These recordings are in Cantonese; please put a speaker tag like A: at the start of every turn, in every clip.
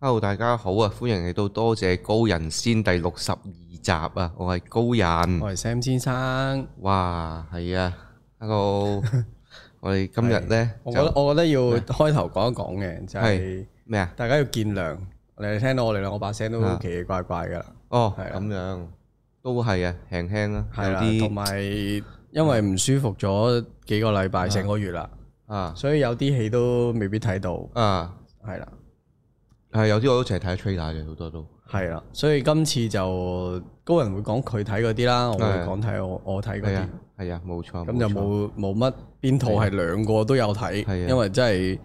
A: Hello，大家好啊！歡迎嚟到多謝高人先第六十二集啊！我係高人，
B: 我係 Sam 先生，
A: 哇，係啊，Hello，我 哋今日咧
B: 我覺得
A: 就
B: 我覺得要開頭講一講嘅，就係、
A: 係咩啊？
B: 大家要見諒。你哋聽到我哋兩個把聲都
A: 啊
B: 奇奇怪怪噶啦，
A: 哦，
B: 係啊
A: 咁樣都係啊，輕輕啦，有
B: 係啦，同
A: 啲
B: 埋因為唔舒服咗幾個禮拜，成個月啦，
A: 啊
B: 所以有啲戲都未必睇到，
A: 啊，
B: 係啦，
A: 係有啲我都成日睇 trailer 嘅，好多都
B: 係啦，所以今次就高人會講佢睇嗰啲啦，我會
A: 係
B: 講睇我我睇嗰
A: 係
B: 啲
A: 啊，，係啊，冇錯，
B: 咁就
A: 錯啊
B: 冇冇乜邊套係兩個都有睇
A: 係啊，
B: 因為真係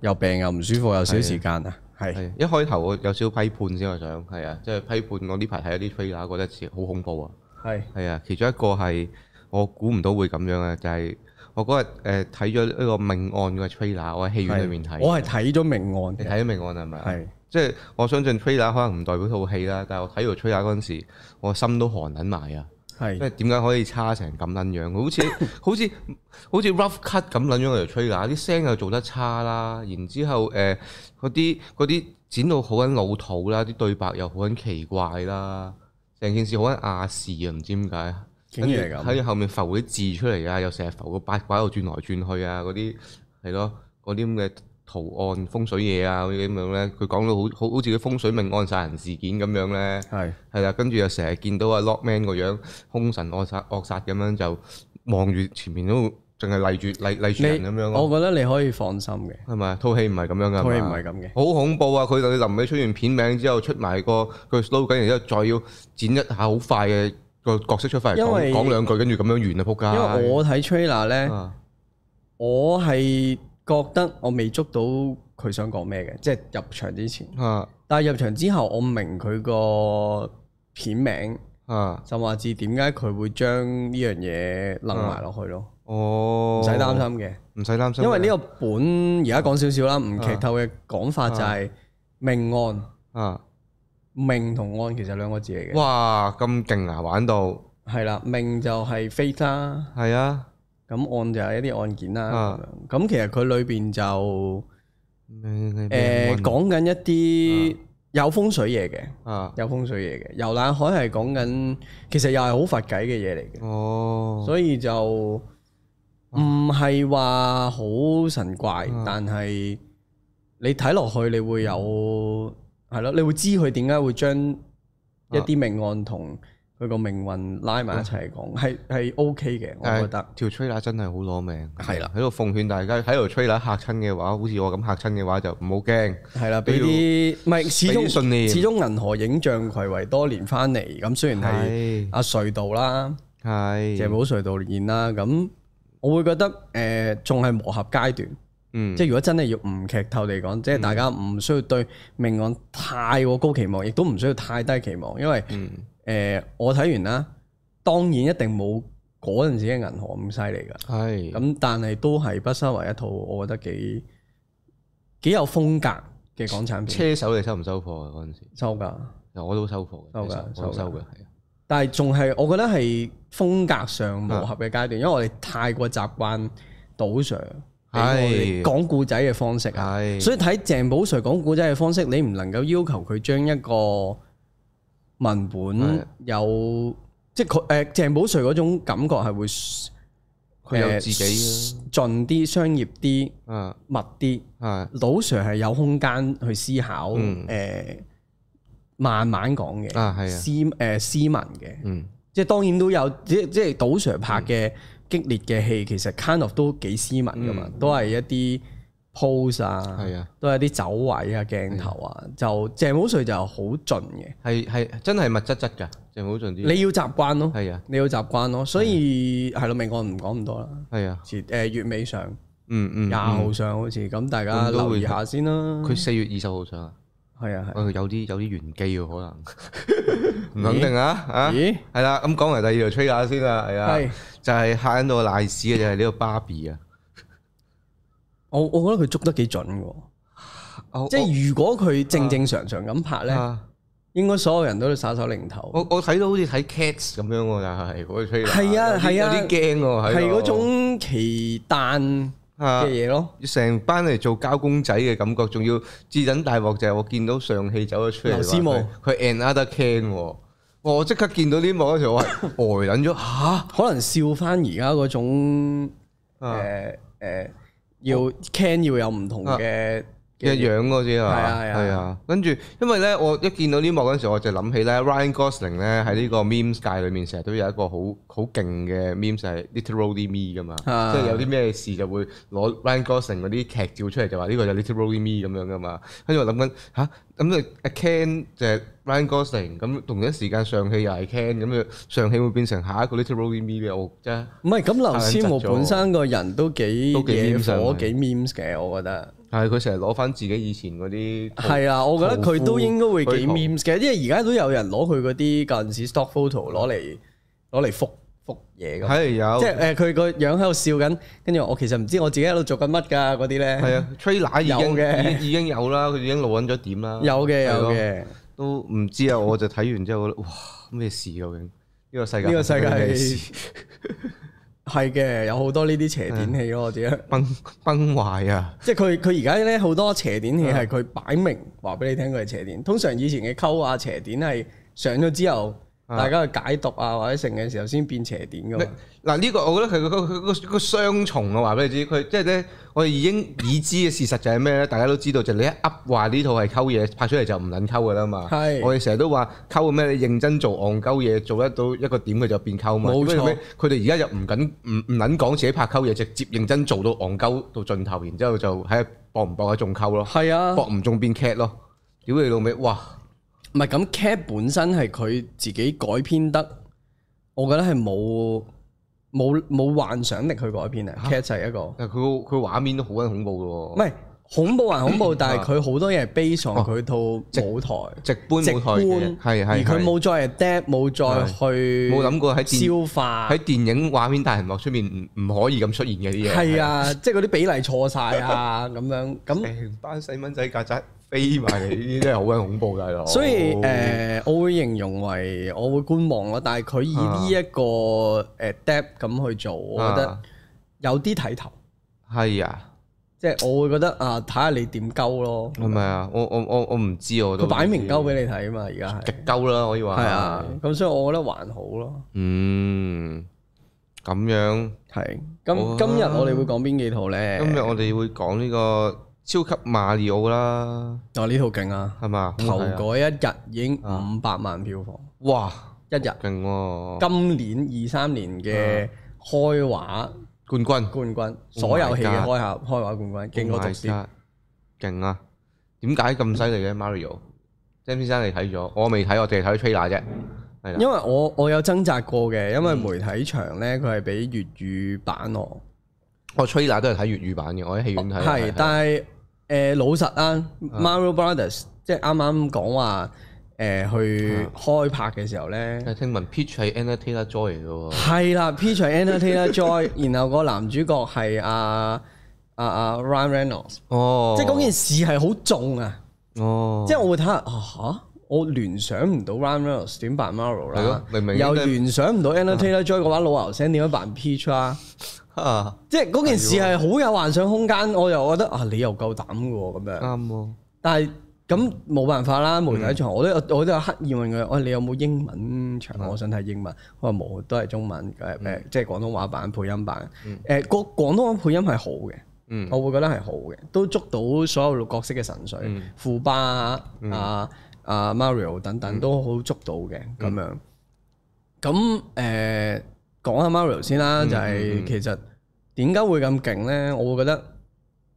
B: 又病又唔舒服，又少時間啊，係。
A: 係一開頭我有少少批判先，我想係啊，即係批判我呢排睇一啲 trailer，覺得似好恐怖啊！
B: 係
A: 係啊，其中一個係我估唔到會咁樣啊嘅，就係、我嗰日誒睇咗呢個命案嘅 trailer，我喺戲院裏面睇。
B: 我係睇咗命案
A: 你
B: 嘅，
A: 睇咗命案係咪啊？
B: 係
A: 即係我相信 trailer 可能唔代表套戲啦，但係我睇到 trailer 嗰陣時，我心都寒撚埋啊！即
B: 係
A: 係點解可以差成咁撚樣？好似好似好似 rough cut 咁撚樣嚟 trailer，啲聲又做得差啦，然之後誒嗰啲嗰啲剪到好撚老土啦，啲對白又好撚奇怪啦，成件事好撚亞視啊！唔知點解。跟
B: 竟
A: 住
B: 然係咁，
A: 喺後面浮啲字出嚟啊，又成日浮個八卦喺度轉來轉去啊，嗰啲係咯，嗰啲咁嘅圖案風水嘢啊，嗰啲咁樣咧，佢講到好好好似啲風水命案殺人事件咁樣咧，
B: 係
A: 係啦，跟住又成日見到阿 Lockman 個樣兇神惡煞惡煞咁樣就望住前面都淨係例住例例住人咁樣
B: 你，我
A: 咯，
B: 覺得你可以放心嘅，
A: 係咪啊？套戲唔係咁樣㗎，
B: 套戲
A: 係
B: 唔
A: 嘛
B: 係咁嘅，
A: 好恐怖啊！佢哋臨尾出完片名之後，出埋個佢 slogan，然之後再要剪一下好快嘅個角色出翻嚟
B: 因
A: 講
B: 為
A: 講兩句，跟住咁樣完啦，仆
B: 因
A: 街！
B: 為我睇 trailer 咧，
A: 啊
B: 我係覺得我未捉到佢想講咩嘅，即係入場之前。
A: 啊
B: 但係入場之後，我明佢個片名，
A: 啊
B: 甚或至點解佢會將呢樣嘢楞埋落去咯，
A: 哦，
B: 唔使擔，心嘅。
A: 唔使擔心，
B: 因為呢個本而家講少少啦，唔劇透嘅講法就係命案。
A: 個啊，
B: 命同案其實兩個字嚟嘅，
A: 哇咁勁啊，玩到
B: 係啦，命就係 fate 啦，
A: 係啊
B: 咁案就係一啲案件啦
A: 啊。
B: 咁樣咁其實佢裏邊就
A: 咩咩咩
B: 誒講緊一啲有風水嘢嘅，
A: 啊
B: 有風水嘢嘅。遊覽海係講緊，其實又係好佛偈嘅嘢嚟嘅，
A: 哦，啊
B: 所以就唔係話好神怪，但係你睇落去你會有
A: 嗯
B: 係咯，你會知佢點解會將一
A: 啊
B: 啲命案同佢個命運拉埋一齊講，
A: 啊
B: 係係 OK 嘅，我覺得
A: 條 trailer 真係好攞命，
B: 係啦
A: 喺度奉勸大家喺度 trailer 嚇親嘅話，好似我咁嚇親嘅話就唔好驚。
B: 係啦，俾啲唔係始
A: 俾啲信念
B: 終始終銀河影像攜為多年翻嚟，咁雖然係
A: 係嗯
B: 阿隧道啦，
A: 係
B: 謝寶隧道現啦，咁我會覺得誒仲係磨合階段。
A: 嗯
B: 即係如果真係要唔劇透嚟講，即係大家唔需要對命案太過高期望，亦都唔需要太低期望，因為誒、
A: 嗯
B: 呃我睇完啦，當然一定冇嗰陣時嘅銀河咁犀利
A: 嗯
B: 㗎，
A: 係
B: 咁但係都係不失為一套我覺得幾幾有風格嘅港產片
A: 車手你收唔收貨啊？嗰陣時，
B: 收㗎，
A: 嗱我都收貨嘅，
B: 收㗎
A: 車手我都收
B: 收
A: 嘅
B: 㗎
A: 係啊。
B: 但係仲係我覺得係風格上磨合嘅階段，因為我哋太過習慣賭 Sir 俾我
A: 係
B: 哋講故仔嘅方式啊。
A: 係，
B: 所以睇鄭寶 Sir 講古仔嘅方式，你唔能夠要求佢將一個文
A: 係
B: 本有即係佢誒鄭寶 Sir 嗰種感覺係會
A: 佢有
B: 誒
A: 自己
B: 盡啲、商業啲、
A: 啊，啊
B: 密啲。
A: 係
B: 老 Sir 係有空間去思考誒、呃
A: 嗯
B: 慢慢講嘅，
A: 啊係啊
B: 斯誒、斯文嘅。
A: 嗯
B: 即係當然都有，即即係賭 Sir 拍嘅激烈嘅戲，其實 kind of 都幾斯文噶嘛，都係一啲 pose 啊，
A: 嗯係啊，
B: 都係一啲走位啊、鏡頭啊，就鄭寶 Sir 就好盡嘅，
A: 係係真係物質質㗎，就好盡啲。
B: 你要習慣咯，
A: 嗯係啊
B: 你要習慣咯，所以係咯，明我唔講咁多啦，
A: 係啊，
B: 遲誒月尾上
A: 嗯嗯，
B: 廿
A: 嗯
B: 號上好似咁，大家
A: 咁都
B: 留
A: 會
B: 意下先啦。
A: 佢四月二十號上啊，
B: 係啊
A: 喂有啲有啲玄機喎，可 能唔肯定啊
B: 係，
A: 啊。
B: 咦
A: 係啦，咁講埋第二條吹下先啦，係啊
B: 係，
A: 就係嚇緊到我賴屎嘅就係呢個芭比啊，
B: 我我覺得佢捉得幾準嘅喎，
A: 我
B: 即係如果佢正正常常咁拍
A: 我
B: 咧，
A: 啊
B: 應該所有人都要耍手擰頭。
A: 我我睇到好似睇 Cats 咁樣喎，但係嗰個吹
B: 係啊係啊
A: 有啲驚喎，喺
B: 係
A: 度
B: 嗰種奇誕
A: 啊
B: 嘅嘢咯，
A: 成班嚟做交公仔嘅感覺，仲要至緊大鑊就係我見到上戲走咗出嚟，
B: 劉思慕
A: 佢佢 another can 喎，我即刻見到呢幕嗰時 候，我係呆撚咗吓，
B: 可能笑翻而家嗰種
A: 啊哦
B: 誒誒要 can 要有唔同嘅
A: 一樣嗰啲
B: 係啊
A: 啊，
B: 係啊
A: 係啊，跟住因為咧，我一見到呢幕嗰陣時候，我就諗起咧 Ryan Gosling 咧喺呢個 memes 界裏面成日都有一個好好勁嘅 memes 係 literally me 噶嘛，即
B: 啊
A: 係有啲咩事就會攞 Ryan Gosling 嗰啲劇照出嚟就話呢個就 literally me 咁樣噶嘛，跟住我諗緊吓，咁你阿 Ken 就係 Ryan Gosling，咁同一時間上戲又係 Ken，咁樣上戲會變成下一個 literally me 嘅我真
B: 唔係咁，劉思慕
A: 太撚窒咗
B: 本身個人都幾
A: 都幾
B: 野
A: memes 啊
B: 火，
A: 佢
B: 幾 memes 嘅，我覺得
A: 係佢成日攞翻自己以前嗰啲圖
B: 係啊，我覺得佢都應該會
A: 屠
B: 幾
A: 夫
B: memes 嘅，因為而家都有人攞佢嗰啲舊陣時 stock photo 攞嚟攞嚟覆覆嘢咁。
A: 係啊有
B: 即係誒，佢個樣喺度笑緊，跟住我其實唔知我自己喺度做緊乜㗎嗰啲咧。
A: 係 啊，trailer 已經
B: 有嘅
A: 已已經有啦，佢已經錄緊咗點啦。
B: 有嘅
A: 係
B: 有
A: 咯，
B: 嘅，
A: 都唔知啊！我就睇完之後覺得，哇，咩事啊究竟？呢個世界
B: 呢個世界
A: 發生咩事
B: 係嘅，有好多呢啲邪
A: 嗯
B: 典戲咯，我覺得。
A: 崩崩壞啊！
B: 即係佢佢而家咧好多邪典
A: 嗯
B: 戲係佢擺明話俾你聽佢係邪典。通常以前嘅溝啊邪典係上咗之後，
A: 啊
B: 大家去解讀啊或者成嘅時候先變邪典噶嘛。
A: 嗱，呢個我覺得佢個佢個佢個雙重啊，話俾你知，佢即係咧，我哋已經已知嘅事實就係咩咧？大家都知道，就你一噏話呢套係溝嘢，拍出嚟就唔撚溝噶啦嘛。
B: 係
A: 我哋成日都話溝咩？你認真做戇鳩嘢，做得到一個點佢就變溝嘛。
B: 冇錯
A: 咁後尾佢哋而家就唔緊唔唔撚講自己拍溝嘢，直接認真做到戇鳩到盡頭，然之後就喺度搏唔搏啊中溝咯，
B: 係啊，
A: 搏唔中變 cat 咯。屌你老味，哇！
B: 唔係咁 cat 本身係佢自己改編得，我覺得係冇冇冇幻想力去改編啊。cat 就係一個唔
A: 佢佢畫面都好撚恐怖嘅喎，
B: 係恐怖還恐
A: 嗯
B: 怖，但係
A: 啊
B: 佢好多嘢係 base on 佢套舞台。
A: 直搬舞
B: 直
A: 台
B: 觀
A: 嘅，哦係係
B: 而佢
A: 係
B: 冇再 adapt，冇再去
A: 冇諗過喺電
B: 消化
A: 喺電影畫面大銀幕出面唔唔可以咁出現嘅啲嘢。
B: 係啊，即係嗰啲比例錯晒 啊，咁樣咁，
A: 成班細蚊仔曱甴飛埋嚟，呢啲真係好鬼恐怖大佬。
B: 所以誒、呃我會形容為我會觀望咯，但係佢以呢一個誒 depth 咁去做，我覺得
A: 啊啊
B: 有啲睇頭，
A: 係啊，
B: 即係我會覺得啊，睇下你點鳩咯，
A: 係咪啊？我我我我唔知我都
B: 佢擺明鳩俾你睇嘛，而家
A: 極
B: 係
A: 鳩啦，可以話
B: 係啊，咁所以我覺得還好咯，
A: 嗯，咁樣
B: 係今
A: 好啊
B: 今日我哋會講邊幾套咧？
A: 今日我哋會講呢個超級馬里奧啦，
B: 哦呢套勁啊，
A: 係嘛？
B: 頭
A: 係啊啊
B: 嗰一日已經五百萬票房
A: 哇，
B: 一日。
A: 勁喎！
B: 今年二三年嘅開畫
A: 冠軍
B: 冠軍，
A: 嗯 Oh my
B: 所有戲嘅開下開畫冠軍，勁過
A: Oh
B: 毒
A: my
B: 師。
A: God，勁啊！點解咁犀利嘅 Mario？Sam 先生你睇咗，我未睇，我淨係睇咗 trailer 啫。係啦，
B: 因為我我有掙扎過嘅，
A: 嗯
B: 因為媒體場咧佢係俾粵語版我，
A: 我 trailer 都係睇粵語版嘅，我喺戲院睇。啊
B: 哦係，但係誒老實啊，Mario
A: 嗯
B: Brothers 即係啱啱講話誒
A: 嗯
B: 去開拍嘅時候咧，
A: 但係聽聞 Peach 係 Anna Taylor Joy 嚟嘅喎，
B: 係啦，P 場 Anna Taylor Joy，然後個男主角係阿阿阿 Ryan Reynolds，
A: 哦，
B: 即係嗰件事係好重啊！
A: 哦，
B: 即係我會睇下啊嚇，我聯想唔到 Ryan Reynolds 點扮 Mario
A: 係
B: 啦
A: 咯，明明
B: 又
A: 應該
B: 聯想唔到 Anna Taylor Joy 嘅話，老牛聲點樣扮 Peach 啦？
A: 啊
B: 即係嗰件事係好有幻想空間，我又覺得啊，你又夠膽嘅喎咁樣。
A: 啱喎，
B: 但係咁冇辦法啦，媒體場我都有我都有刻意問佢，哦喂，你有冇英文場？我想睇英文，佢話冇，都係中文誒誒，即係廣東話版配音版。誒個廣東話配音係好嘅。
A: 嗯
B: 我會覺得係好嘅，都捉到所有角色嘅神髓，富巴啊、啊啊 Mario 等等都好捉到嘅咁樣。咁誒、呃、講下 Mario 先啦，就係其實點解會咁勁咧？我會覺得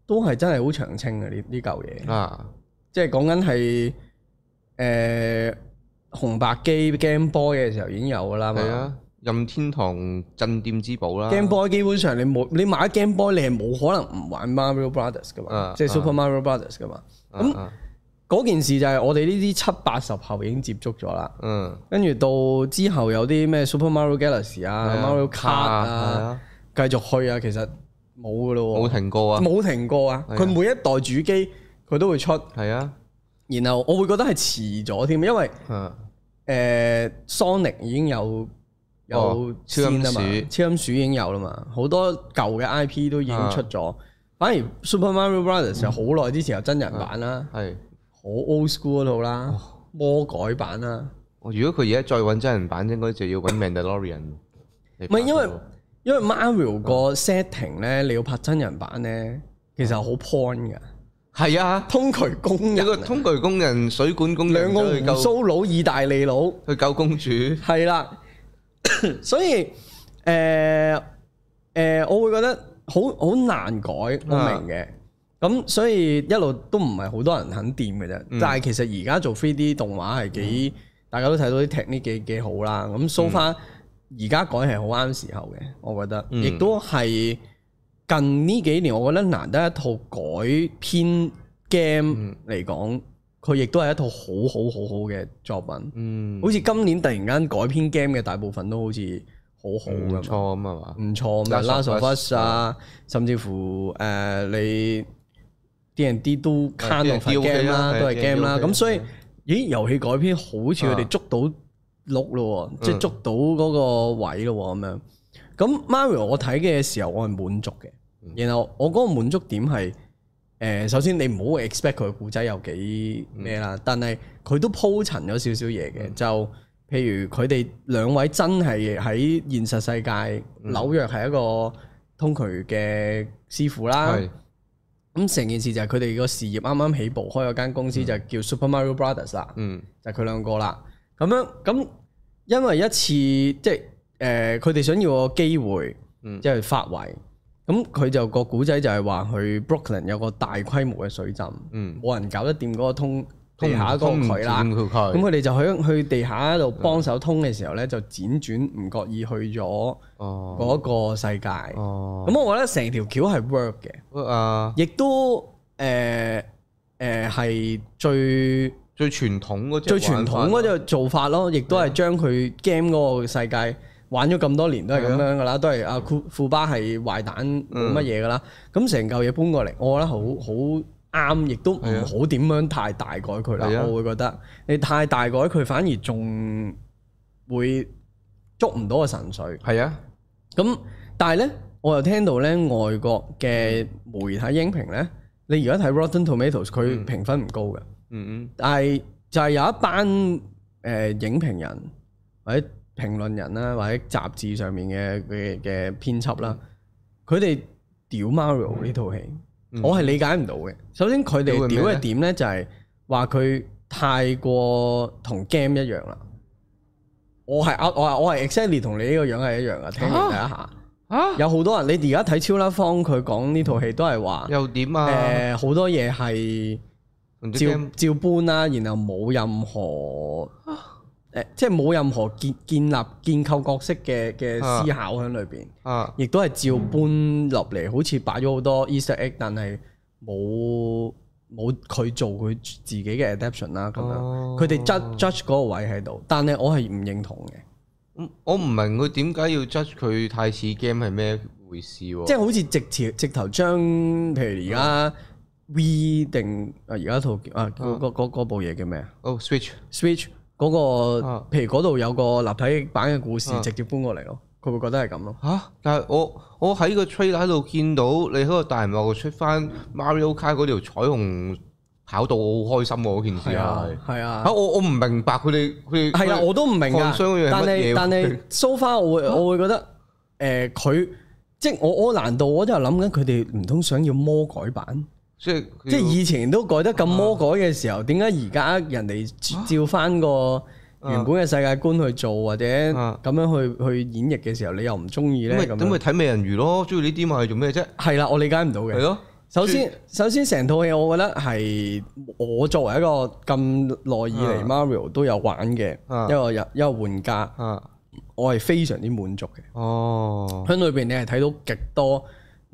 B: 都係真係好長青嘅呢呢嚿嘢，
A: 啊
B: 即係講緊係誒紅白機 Game Boy 嘅時候已經有噶啦嘛。
A: 係啊，任天堂鎮店之寶啦
B: Game Boy 基本上你冇你買 Game Boy 你係冇可能唔玩 Mario Brothers 噶嘛，
A: 啊
B: 即係 Super Mario Brothers 噶嘛。
A: 咁，啊
B: 嗰件事就係我哋呢啲七八十後已經接觸咗啦，
A: 嗯，
B: 跟住到之後有啲咩 Super Mario Galaxy
A: 係
B: 啊、
A: 啊
B: Mario
A: 係
B: Kart 啊，
A: 啊
B: 繼續去啊，其實冇噶咯
A: 冇
B: 喎，
A: 停過啊，
B: 冇停過啊！
A: 係啊
B: 佢每一代主機佢都會出，
A: 係啊，
B: 然後我會覺得係遲咗添，因為誒、
A: 嗯
B: 呃 Sonic 已經有有
A: 哦超音
B: 先啊嘛
A: 鼠，
B: 超音鼠已經有啦嘛，好多舊嘅 IP 都已經出咗，反而 Super Mario Brothers 就好耐之前有真人版啦，
A: 係
B: 好 old school 嗰套啦，魔改版啦。
A: 我哦如果佢而家再揾真人版，應該就要揾 Mandalorian 嚟拍嗰個。
B: 唔係因為因為 Mario 個 setting 咧，你要拍真人版咧，其實好 point 噶，
A: 係啊，
B: 通渠工
A: 有
B: 人
A: 個
B: 啊，
A: 通渠工人、水管工人
B: 兩個
A: 走
B: 胡
A: 去救
B: 鬚佬、意大利佬。
A: 去救公主。
B: 係啦， 所以诶诶、呃我會覺得好好難改，我明嘅。咁所以一路都唔係好多人肯掂嘅啫。但係其實而家做 3D 動畫係幾，大家都睇到啲 technique 幾幾好啦。咁 so far 而家改係好啱時候嘅，我覺得，
A: 嗯
B: 亦、都係近呢幾年，我覺得難得一套改編 game 嚟講，佢亦都係一套好好好好嘅作品。
A: 嗯，
B: 好似今年突然間改編 game 嘅大部分都好似好好
A: 唔
B: 嗯咁
A: 錯，咁啊嘛。
B: 唔錯咪
A: Last
B: Last
A: of
B: of
A: Us
B: Us 啊，甚至乎誒、呃你 D N 啊 D 都 kind of
A: D&D OK
B: game
A: 啦
B: 啦，
A: 係
B: 都係
A: D&D
B: game 啦，
A: OK
B: 咁所以咦遊戲改編好似佢哋
A: 啊
B: 捉到碌咯喎，即係
A: 嗯
B: 捉到嗰個位咯喎咁樣。咁 Mario 我睇嘅時候我係滿足嘅，然後我嗰個滿足點係。誒、首先你唔好 expect 佢嘅故仔有幾咩啦，但係佢都鋪陳咗少少嘢嘅，就譬如佢哋兩位真係喺現實世界，紐約係一個通渠嘅師傅啦。
A: 係
B: 咁成件事就係佢哋個事業啱啱起步，開咗間公司就叫 Super Mario Brothers 啦，
A: 嗯
B: 就係佢兩個啦。咁樣咁，因為一次即係誒，呃佢、哋想要個機會，
A: 嗯
B: 即係發圍。咁佢就個古仔就係話去 Brooklyn 有個大規模嘅水浸，
A: 嗯，
B: 冇人搞得掂嗰個通地下嗰個渠啦。
A: 通唔掂
B: 咁
A: 佢
B: 佢哋就喺去地下度幫手通嘅時候
A: 嗯
B: 咧，就輾轉唔覺意去咗
A: 哦
B: 嗰個世界。咁、
A: 哦，
B: 我覺得成條橋係 work 嘅，
A: 咁啊
B: 亦都誒誒係最
A: 最傳統嗰只
B: 最傳統嗰隻做法咯，亦都係將佢 game 嗰個世界玩咗咁多年都係咁
A: 嗯
B: 樣噶啦，都係阿啊庫庫巴係壞蛋冇乜嘢噶啦。咁成嚿嘢搬過嚟，我覺得好好啱，亦都唔
A: 嗯係啊
B: 好點樣太大改佢
A: 係
B: 啦。
A: 啊
B: 我會覺得你太大改佢，反而仲會捉唔到個神髓。
A: 係啊，
B: 咁但係咧，我又聽到咧外國嘅媒體影評咧，你而家睇 Rotten Tomatoes，佢評分唔高嘅。
A: 嗯
B: 但係就係有一班誒、呃影評人或者評論人啦，或者雜誌上面嘅嘅嘅編輯啦，佢哋屌 Mario 呢套戲，
A: 嗯
B: 我係理解唔到嘅。首先佢
A: 屌佢
B: 哋
A: 咩
B: 屌
A: 呢
B: 嘅點咧，就係話佢太過同 game 一樣啦。我係我我係我係 exactly 同你呢個樣係一樣
A: 啊
B: 噶，聽完第一下，
A: 嗯啊，
B: 有好多人你而家睇超粒方佢講呢套戲都係話
A: 又點啊？
B: 誒好多嘢係。
A: 同隻
B: 照
A: game
B: 照搬啦，然後冇任何
A: 啊
B: 誒、即係冇任何建建立建構角色嘅嘅
A: 啊
B: 思考喺裏邊，
A: 啊，
B: 亦都係照搬落嚟，好似擺咗好多 Easter egg，但係冇冇佢做佢自己嘅 adaption 啦咁樣。
A: 哦
B: 佢哋 judge judge 嗰個位喺度，但係我係唔認同嘅，
A: 嗯我唔明佢點解要 judge 佢太似 game 係咩回事喎？
B: 即係好似直接直頭將譬如而
A: 啊
B: 家 V 定啊而家套啊嗰嗰嗰嗰部嘢叫咩啊？
A: 哦 Switch
B: Switch 嗰、個，
A: 啊
B: 譬如嗰度有個立體版嘅故事
A: 啊，
B: 直接搬過嚟咯，佢會覺得係咁咯。
A: 吓，但係我我喺個 trailer 度見到你喺個大幕度出翻 Mario Kart 嗰條彩虹跑道，我好開心喎！嗰件事
B: 係啊
A: 係，
B: 係
A: 嚇
B: 啊，
A: 我我唔明白佢哋佢哋
B: 係啊，
A: 佢哋
B: 我都唔明
A: 放
B: 啊。
A: 鬆嗰樣係
B: 但
A: 乜嘢
B: 係 但係 so far，我會我會覺得誒佢、即係我我難道我就係諗緊佢哋唔通想要魔改版？
A: 即係佢
B: 即係以前都改得咁魔改嘅
A: 啊
B: 時候，點解而家人哋照照翻個原本嘅世界觀去做，或者
A: 啊
B: 咁樣去去演繹嘅時候，你又唔中意
A: 咁
B: 咧？
A: 咪
B: 咁
A: 咁咪
B: 樣
A: 睇美人魚咯，中意呢啲咪做咩啫？
B: 係啦，我理解唔到嘅
A: 係。咯，
B: 首先，首先成套戲，我覺得係我作為一個咁耐以嚟
A: 啊
B: Mario 都有玩嘅
A: 啊
B: 一個入一個玩家，
A: 啊，
B: 我係非常之滿足嘅。
A: 哦，
B: 喺裏邊你係睇到極多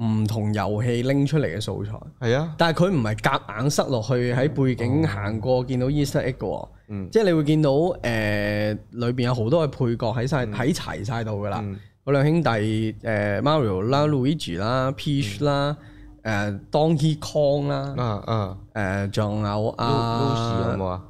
B: 唔同遊戲拎出嚟嘅素材，
A: 係啊，
B: 但係佢唔係夾硬塞落去喺背景行過見到 Easter egg 嘅喎，
A: 哦嗯
B: 即係你會見到誒裏邊有好多嘅配角喺晒喺齊晒度㗎啦。
A: 嗯
B: 嗰兩兄弟誒、呃 Mario 啦、Luigi 啦、Peach
A: 嗯
B: 啦、誒、Donkey Kong 啦。
A: 啊啊
B: 誒
A: ，Lucy
B: 仲有
A: 有
B: 啊
A: 冇啊？啊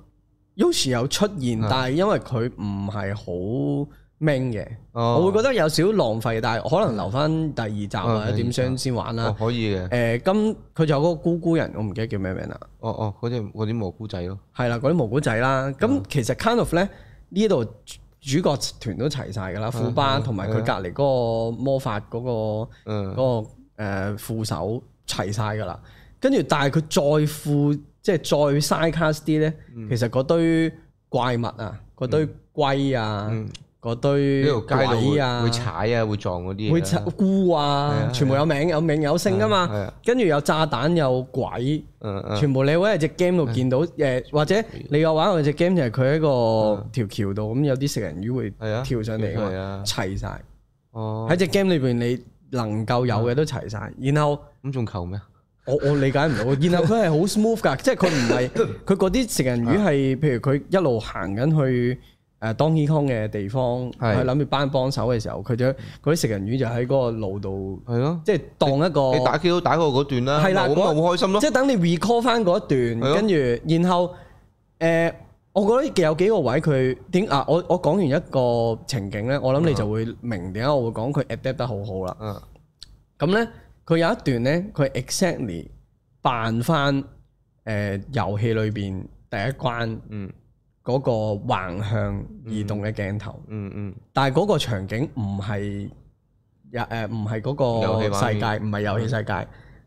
B: ，Yoshi 有出現，但係因為佢唔係好明嘅，
A: 哦
B: 我會覺得有少少浪費，但係可能留翻第二集
A: 哦
B: 或者點
A: 第二
B: 樣
A: 集
B: 先玩
A: 哦
B: 啦。
A: 可以嘅，
B: 誒，咁佢就有嗰個姑姑人，我唔記得叫咩名啦。
A: 哦哦，嗰只嗰啲蘑菇仔咯，
B: 係啦，嗰啲蘑菇仔啦。咁其實 kind of 咧，呢度主角團都齊晒㗎啦，
A: 嗯
B: 富巴同埋佢
A: 嗯
B: 隔離嗰個魔法嗰個
A: 嗯，
B: 嗰個誒副手齊晒㗎啦。跟住，但係佢再富，即係再 side cast 啲咧，其實嗰堆怪物啊，嗰堆龜啊，
A: 嗯
B: 嗰堆
A: 呢條街度
B: 鬼
A: 會
B: 啊
A: 會，踩啊，會撞嗰啲嘢啦，
B: 會拆菇
A: 係啊
B: 啊，全部有名有名有姓㗎
A: 係啊係
B: 嘛
A: 啊。
B: 跟住有炸彈有鬼。
A: 嗯嗯
B: 全部你會喺只 game 度見到，誒或者你又玩我只 game 就係佢喺個條橋度咁有啲食人魚會
A: 係嗯啊
B: 跳上嚟
A: 跳上嚟啊
B: 㗎嘛，齊晒
A: 哦，嗯
B: 喺只 game 裏邊你能夠有嘅都齊晒，然後
A: 咁仲求咩？
B: 我我理解 唔到，然後佢係好 smooth 㗎，即係佢唔係佢嗰啲食人魚
A: 啊
B: 係譬如佢一路行緊去。誒 Donkey Kong 嘅地方，
A: 係
B: 佢諗住班幫手嘅時候，佢就嗰啲食人魚就喺嗰個路度，
A: 係咯，
B: 即係當一個
A: 你打 Q 都打過嗰段啦，
B: 哦係啦
A: 咁咪好
B: 嗰
A: 開心咯
B: 即，係等你 recall 翻嗰
A: 係咯
B: 一段，跟住然後誒、呃我覺得有幾個位佢點啊？我我講完一個情景咧，我諗你就會明點解我會講佢 adapt 得好好啦。
A: 嗯
B: 咁咧，佢有一段咧，佢 exactly 扮翻誒遊戲裏邊第一關
A: 嗯
B: 嗰個橫向移動嘅鏡頭，
A: 嗯嗯，
B: 但係嗰個場景唔係遊誒唔
A: 遊
B: 係
A: 戲
B: 嗰個
A: 畫
B: 世
A: 面
B: 界，唔係遊戲世界，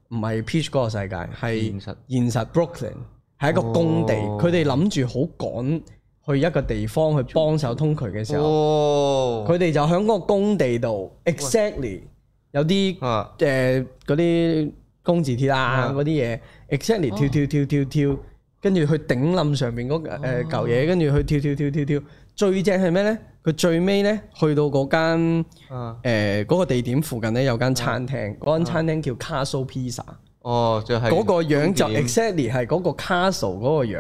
B: 唔係 Peach 嗰個世界，係
A: 現實
B: 現實 Brooklyn 係一個工地，
A: 哦
B: 佢哋諗住好趕去一個地方去幫手通渠嘅時候，
A: 哦，
B: 佢哋就喺嗰個工地度 exactly 有啲
A: 啊
B: 誒嗰啲工字鐵啊
A: 嗯
B: 嗰啲嘢 exactly
A: 哦
B: 跳跳跳跳跳，跟住去頂冧上面嗰誒嚿
A: 哦
B: 嘢，跟住去跳跳跳跳跳，最正係咩咧？佢最尾咧去到嗰間
A: 啊，
B: 誒嗰個地點附近咧有間餐廳，嗰間餐廳叫 Castle Pizza。
A: 哦就啊係
B: 嗰個樣就
A: 終點
B: exactly 係嗰個 castle 嗰個樣，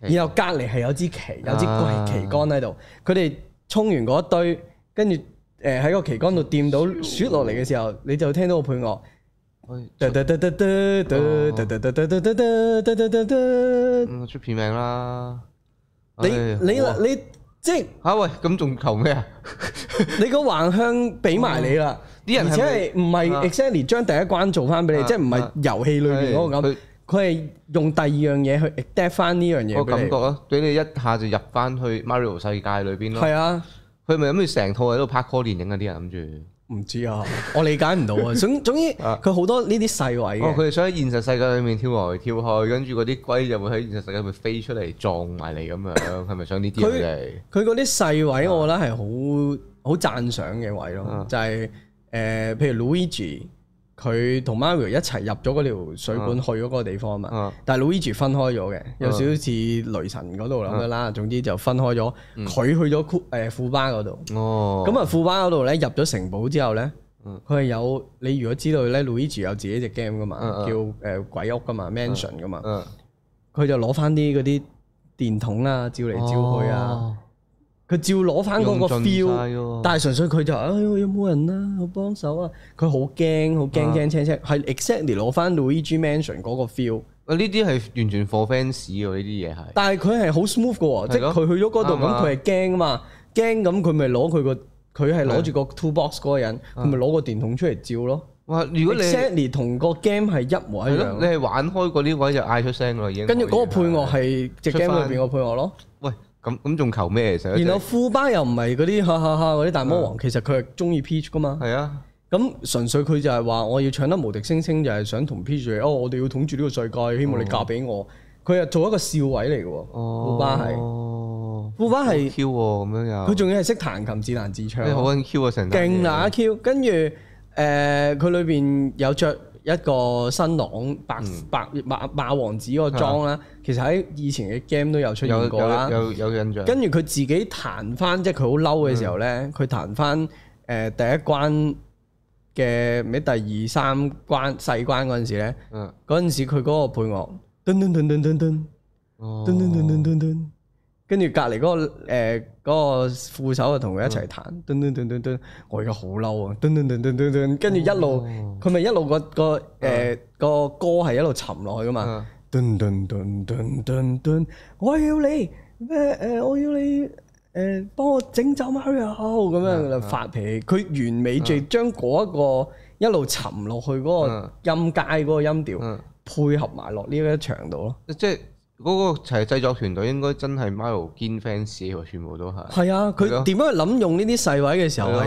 B: 然後隔離係有支旗，有支
A: 啊
B: 旗杆喺度。佢哋衝完嗰一堆，跟住誒喺個旗杆度掂到雪落嚟嘅時候，你就聽到個配樂。
A: 喂
B: 嘟嘟嘟嘟嘟嘟嘟嘟嘟嘟嘟嘟嘟嘟嘟
A: 嗯出片名啦，
B: 你
A: 唉
B: 你
A: 好啊
B: 你即係
A: 吓喂，咁仲求咩啊？
B: 你個橫向俾埋你啦，
A: 啲人係咪
B: 而且係唔
A: 啊
B: 係 exactly 將第一關做翻俾你，
A: 啊
B: 即係唔係遊戲裏邊嗰個
A: 係
B: 咁，佢係用第二樣嘢去 adapt 翻呢樣嘢
A: 個
B: 俾
A: 感
B: 你
A: 覺。咯，俾你一下就入翻去 Mario 世界裏邊咯。
B: 係啊。
A: 佢咪諗住成套喺度拍 call 電影啊？啲人諗
B: 唔知啊，我理解唔到啊。總總之，
A: 啊
B: 佢好多呢啲細位
A: 住，哦，
B: 嘅，
A: 佢哋想喺現實世界裏面跳來跳去，跟住嗰啲龜就會喺現實世界裏面飛出嚟撞埋嚟咁樣，係咪想呢啲
B: 佢
A: 佢哋？
B: 佢嗰啲細位，我覺得係好好讚賞嘅位
A: 啊
B: 咯。就係誒，譬如 Luigi，佢同 Mario 一齊入咗嗰條水管去嗰個地方嘛。
A: 啊
B: 但係 Luigi 分開咗嘅，有少少似雷神嗰度咁樣
A: 啊
B: 啦。總之就分開咗，佢去咗庫誒庫巴嗰度。
A: 嗯哦，
B: 咁啊，庫巴嗰度咧入咗城堡之後咧，
A: 嗯
B: 佢係有你如果知道咧，Luigi 有自己隻 game 噶嘛，
A: 嗯嗯
B: 叫誒鬼屋噶嘛，Mansion 噶嘛。
A: 嗯，
B: 佢就攞翻啲嗰啲電筒啊，照嚟照去啊，
A: 哦，
B: 佢照攞翻嗰個
A: 用盡晒
B: feel，
A: 喎
B: 但係純粹佢就哎呦有冇人啊，好幫手啊，佢好驚，好
A: 啊
B: 驚驚青青，係 exactly 攞翻 Luigi Mansion 嗰個 feel，
A: 喂呢啲係完全 for fans 喎，呢啲嘢係。
B: 但係佢係好 smooth 嘅喎，即
A: 係咯
B: 係佢去咗嗰度
A: 啱啊
B: 咁，佢係驚啊嘛，驚咁佢咪攞佢個佢係攞住個 two box 嗰個人，佢咪攞個電筒出嚟照咯
A: 哇！啊如果你係
B: ，exactly 同個 game 係一模一
A: 咯，你
B: 樣，
A: 係玩開嗰啲位就嗌出聲㗎啦，已經可以。
B: 跟住嗰個配樂係只
A: 出
B: game
A: 返
B: 裏邊個配樂咯。
A: 喂，咁咁仲求咩？其實
B: 然後富巴又唔係嗰啲哈哈哈嗰啲大
A: 啊
B: 魔王，其實佢係中意 Peach 噶嘛。
A: 係啊，
B: 咁純粹佢就係話我要搶得無敵星星，就係想同 Peach 嚟哦，我哋要統治呢個世界，希望你嫁俾我。佢係做一個笑位嚟嘅喎，
A: 哦，
B: 富巴係
A: 哦，
B: 富巴係
A: Q 喎，咁樣又
B: 佢仲要係識彈琴自彈自唱
A: 你，好撚 Q 啊成單嘢
B: 勁啦阿 Q。跟住誒，佢裏邊有着一個新郎白
A: 嗯
B: 白馬馬王子嗰個裝啦，其實喺以前嘅 game 都有出
A: 有
B: 現過啦。
A: 啊有有有印象，
B: 啊跟住佢自己彈翻，即係佢好嬲嘅時候咧，佢彈翻誒第一關嘅咩第二三關細關嗰陣時咧，
A: 嗯，
B: 嗰陣時佢嗰個配樂，噔噔噔噔噔噔
A: 哦
B: 噔噔噔噔噔噔，跟住隔離嗰個呃誒嗰、個副手就同佢一齊彈，噔噔噔噔噔，我而家好嬲啊，噔噔噔噔噔噔，跟住一路佢咪一路個個誒個歌係一路沉落去噶嘛。
A: 嗯
B: 呃噔噔噔噔噔噔，我要你咩？誒、我要你誒、誒幫我整走 Mario 咁
A: 啊
B: 樣就發脾氣，佢完美地將嗰一個一路沉落去嗰
A: 嗯
B: 個音階嗰個音調
A: 嗯，
B: 配合埋落呢一場度咯。
A: 即係嗰個齊製作團隊應該真係 Mario 堅 fans 喎，全部都 係。
B: 係啊，
A: 係咯
B: 佢點樣諗用呢啲細位嘅時候
A: 係咯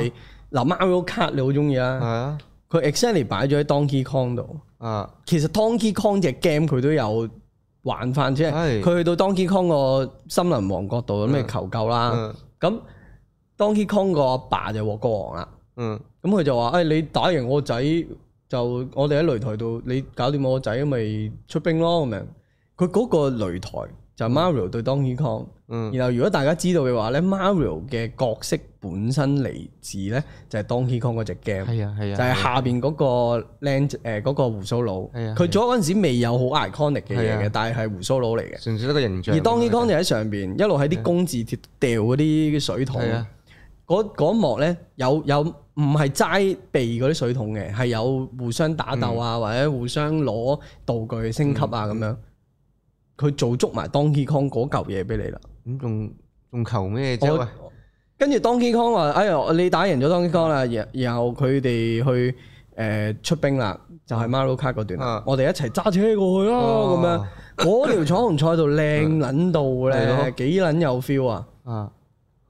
B: 係嗱 Mario Kart 你好中意
A: 係
B: 啊，
A: 啊，
B: 佢 exactly 擺咗喺 Donkey Kong 度。
A: 啊，
B: 其實 Donkey Kong 只 game 佢都有玩翻，即
A: 係
B: 係佢去到 Donkey Kong 個森林王國度咁，
A: 嗯
B: 你求救啦。
A: 嗯
B: 咁 Donkey Kong 個阿爸就獲歌王啦。
A: 嗯
B: 咁佢就話：，誒、哎你打贏我仔，就我哋喺擂台度，你搞掂我仔，咪出兵咯咁樣。佢嗰個擂台就係 Mario 對 Donkey Kong。
A: 嗯，
B: 然後如果大家知道嘅話咧，Mario 嘅角色本身嚟自咧就係 Donkey Kong 嗰只 game。
A: 係啊係啊，
B: 就係下邊嗰個靚誒嗰個胡鬚佬
A: 係啊，
B: 佢做嗰陣時未有好 iconic 嘅
A: 係
B: 嘢
A: 啊
B: 嘅，但係係胡鬚佬嚟嘅。
A: 純粹一個形象。
B: 而 Donkey Kong 就喺上邊一路喺啲公字貼掉嗰啲水桶，
A: 啊係啊，
B: 嗰嗰一幕咧有有唔係齋避嗰啲水桶嘅，係有互相打鬥啊，
A: 嗯
B: 或者互相攞道具升級啊咁樣。佢做足埋 Donkey Kong 嗰嚿嘢俾你啦。
A: 咁仲仲求咩啫？
B: 我
A: 喂，
B: 跟住 Donkey Kong 話：哎呀，你打贏咗 Donkey Kong 啦，然然後佢哋去誒、呃出兵啦，就係 Mario Kart 嗰段啦。
A: 啊
B: 我哋一齊揸車過去啦，咁、
A: 哦
B: 樣嗰條彩虹賽道靚撚到
A: 啊係咯
B: 咧，幾撚有 feel 啊！
A: 啊，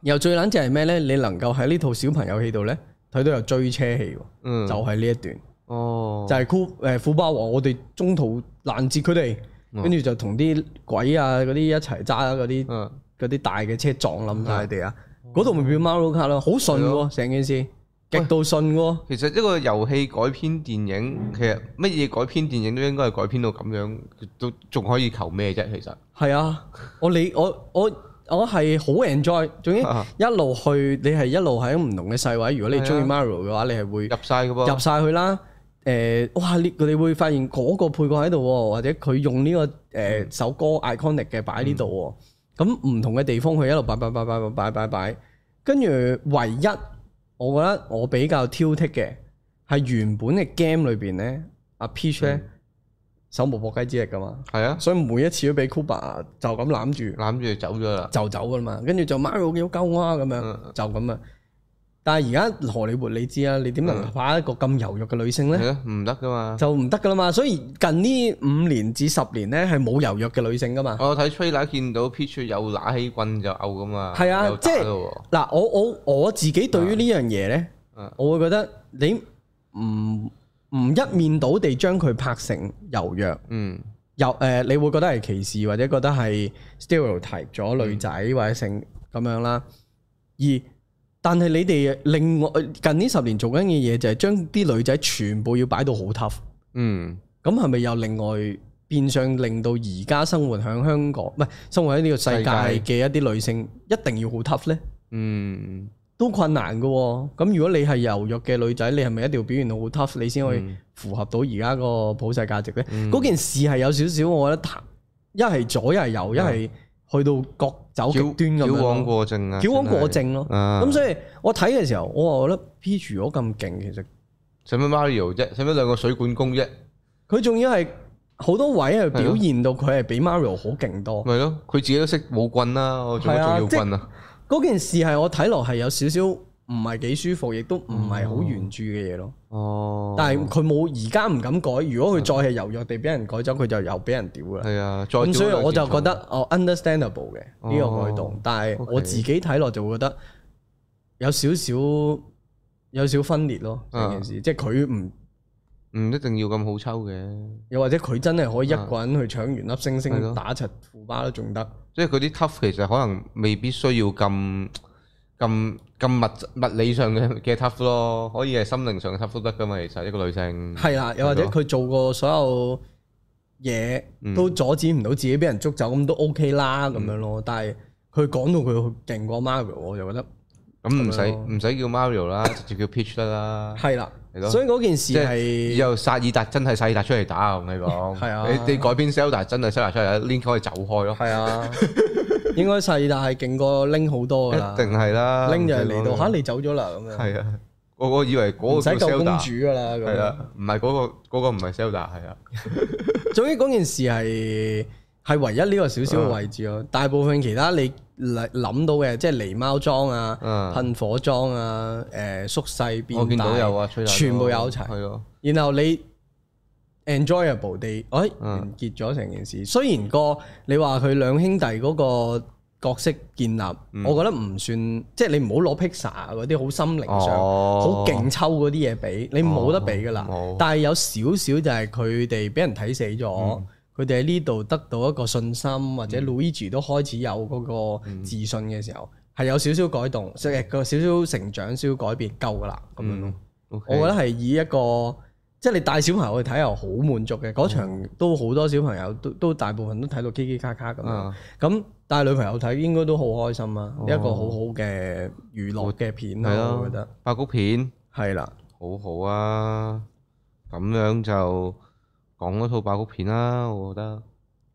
B: 然後最撚就係咩咧？你能夠喺呢套小朋友戲度咧睇到有追車戲喎，
A: 嗯，
B: 就係呢一段，
A: 哦，
B: 就係酷誒虎霸王，我哋中途攔截佢哋，
A: 嗯
B: 跟住就同啲鬼啊嗰啲一齊揸嗰啲。
A: 嗯。
B: 嗰啲大嘅車撞冧晒地啊！嗰度咪變 Mario 卡咯，好
A: 哦
B: 順
A: 係
B: 喎
A: 咯
B: 成件事，極度順喎。
A: 其實一個遊戲改編電影，其實乜嘢改編電影都應該係改編到咁樣，都仲可以求咩啫？其實
B: 係啊，我理我我我係好 enjoy，總之
A: 啊
B: 一路去你係一路喺唔同嘅細位。如果
A: 係
B: 你
A: 啊
B: 中意 Mario 嘅話，你係會
A: 入晒噶噃，
B: 入晒去啦。誒，哇！你你會發現嗰個配角喺度喎，或者佢用呢個誒首歌 iconic 嘅擺呢度喎。咁唔同嘅地方佢一路擺擺擺擺擺擺擺擺，跟住唯一我覺得我比較挑剔嘅係原本嘅 game 裏邊咧，阿 Peach 咧手無縛雞之力噶嘛，
A: 係啊，
B: 所以每一次都俾 Cooper 就咁攬住。
A: 攬住就走咗啦。
B: 就走噶啦嘛，跟住就 Mario 要救我啊咁樣
A: 嗯，
B: 就咁啊。但係而家荷里活你知啊，你點能拍一個咁柔弱嘅女性
A: 係
B: 咧？
A: 咯，唔得噶嘛。
B: 就唔得噶啦嘛。所以近呢五年至十年咧，係冇柔弱嘅女性噶嘛。
A: 我睇 trailer 見到 Peach 有拿起棍就嘔噶嘛，
B: 係啊
A: 有打
B: 即係
A: 咯
B: 嗱，我我我自己對於呢樣嘢咧
A: 嗯，
B: 我會覺得你唔唔一面倒地將佢拍成柔弱。
A: 喎嗯
B: 又誒、呃你會覺得係歧視或者覺得係 stereotype 咗女仔或者性咁樣啦。而但係你哋另外近呢十年做緊嘅嘢就係將啲女仔全部要擺到好 tough，
A: 嗯
B: 咁係咪又另外變相令到而家生活喺香港唔係生活喺呢個世界嘅一啲女性一定要好 tough 呢？
A: Ừ. 嗯
B: 都困難嘅喎、咁如果你係柔弱嘅女仔，你係咪一定要表現到好 tough，你先可以符合到而家個普世價值呢？
A: 嗯
B: 嗰、件事係有少少，我覺得太一係左，一係
A: 嗯
B: 右，一係去到各走極
A: 矯
B: 端咁樣
A: 矯枉
B: 咯，
A: 過正啊，
B: 矯枉過
A: 真係。
B: 正咯。
A: 啊，
B: 咁所以我睇嘅時候，我話覺得 Peach 如果咁勁，其實
A: 使乜 Mario 啫？使乜兩個水管工啫？
B: 佢仲要係好多位係
A: 係咯嗯
B: 表現到佢係比 Mario 好勁多。
A: 咪咯，佢自己都識冇棍啦，我做乜仲要棍啊？
B: 嗰件事係我睇落係有少少唔係幾舒服，亦都唔係好原著嘅嘢咯。
A: 哦，
B: 但係佢冇而家唔敢改，如果佢再係柔弱地俾人改咗，佢就又俾人屌啦。
A: 係啊，再
B: 咁所以
A: 屌兩
B: 我就
A: 拳
B: 覺得我 understandable 嘅呢個改動
A: 哦，
B: 但係
A: OK
B: 我自己睇落就會覺得有少少有少分裂咯，
A: 啊
B: 成件事，即係佢唔
A: 唔一定要咁好抽嘅，
B: 又或者佢真係可以一個人去搶完粒星
A: 係咯嗯
B: 星打柒庫巴都仲得，
A: 即係佢啲 tough 其實可能未必需要咁咁咁物物理上嘅嘅 tough 咯，可以係心靈上嘅 tough 都得噶嘛。其實一個女性
B: 係啦，又或者
A: 係咯
B: 佢做過所有嘢
A: 嗯
B: 都阻止唔到自己俾人捉走，咁都 OK 啦咁樣咯。但係佢講到佢勁過 Mario，我就覺得
A: 咁唔
B: 咁
A: 使
B: 樣咯
A: 唔使叫 Mario 啦，直接叫 Peach 得啦。
B: 係啦
A: 係咯，
B: 所以嗰件事
A: 即
B: 係
A: 係以後薩爾達真係薩爾達出嚟打啊！我同你講，
B: 係啊
A: 你你改編 Zelda 真係 Zelda 出嚟打，Link 可以走開咯，
B: 係啊， 應該細但係勁過拎好多㗎啦
A: 一。定係啦。
B: 拎就係嚟到
A: 唔使講
B: 吓你走咗啦咁樣，
A: 係啊，我我以為嗰
B: 唔
A: 個
B: 使
A: 叫
B: 救公啊
A: Zelda
B: 主噶啦咁
A: 係
B: 樣。
A: 啦，唔係嗰個嗰個唔係 Zelda 係啊，啊
B: 總之嗰件事係係唯一呢個少少嘅位置咯，大部分其他你嚟諗到嘅，即係狸貓裝啊、
A: 嗯
B: 噴火裝啊、誒縮細
A: 我
B: 變
A: 見到有
B: 大，
A: 啊，吹大
B: 全部有齊
A: 係咯，
B: 然後你 enjoyable 地，哎，
A: 嗯
B: 完結咗成件事。雖然個你話佢兩兄弟嗰個角色建立，我覺得唔算，即係你唔好攞 Pixar 嗰啲好心靈上、
A: 哦
B: 好勁抽嗰啲嘢比，你冇得比噶啦。
A: 哦冇
B: 但係有少少就係佢哋俾人睇死咗，佢哋喺呢度得到一個信心，或者 Luigi 都開始有嗰個自信嘅時候，係有少少改動，即係個少少成長、少少改變，夠噶啦咁樣咯。我覺得係以一個即係你帶小朋友去睇又好滿足嘅，嗰場
A: 嗯
B: 都好多小朋友都都大部分都睇到嘰嘰卡卡咁樣
A: 啊。
B: 咁帶女朋友睇應該都好開心啊，
A: 哦
B: 一個好好嘅娛樂嘅片
A: 係
B: 啊，
A: 咯
B: 我覺得
A: 爆谷片
B: 係啦。
A: 好好啊，咁樣就講嗰套爆谷片啦，我覺得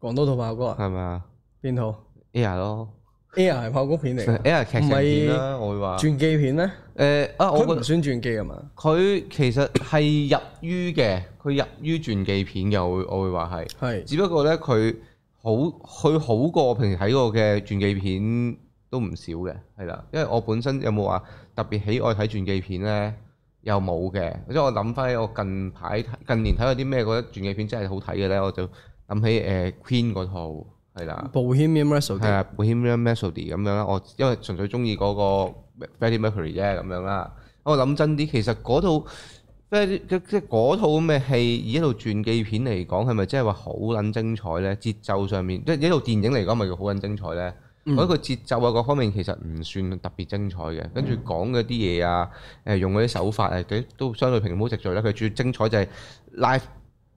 B: 廣東套爆谷啊，
A: 係咪啊
B: 邊套
A: ？Air 咯
B: ？Air 係爆谷片 嚟㗎，
A: ，Air 劇情片啦，我會話
B: 傳記片咧，
A: 誒啊，我覺
B: 佢
A: 得
B: 唔。算傳記啊嘛。
A: 佢其實係入於嘅，佢入於傳記片嘅，我會我會話係。
B: 係
A: 只不過咧，佢好佢好過我平時睇過嘅傳記片都唔少嘅，係啦。因為我本身有冇話特別喜愛睇傳記片咧，又冇嘅。即係我諗翻起我近排睇近年睇過啲咩覺得傳記片真係好睇嘅咧，我就諗起誒、呃 Queen 嗰套係啦。
B: Bohemian Rhapsody
A: 係啊，Bohemian Rhapsody 咁樣啦，我因為純粹中意嗰個 Freddie Mercury 啫咁樣啦。我諗真啲，其實嗰套 Freddie 即即嗰套咁嘅戲，以一套傳記片嚟講，係咪真係話好撚精彩咧？節奏上面，即係一套電影嚟講，咪叫好撚精彩咧？
B: 嗯
A: 我覺得佢節奏啊各方面其實唔算特別精彩嘅，跟住講嗰啲嘢啊，誒用嗰啲手法啊，佢都相對平鋪直敍啦。佢最精彩就係 live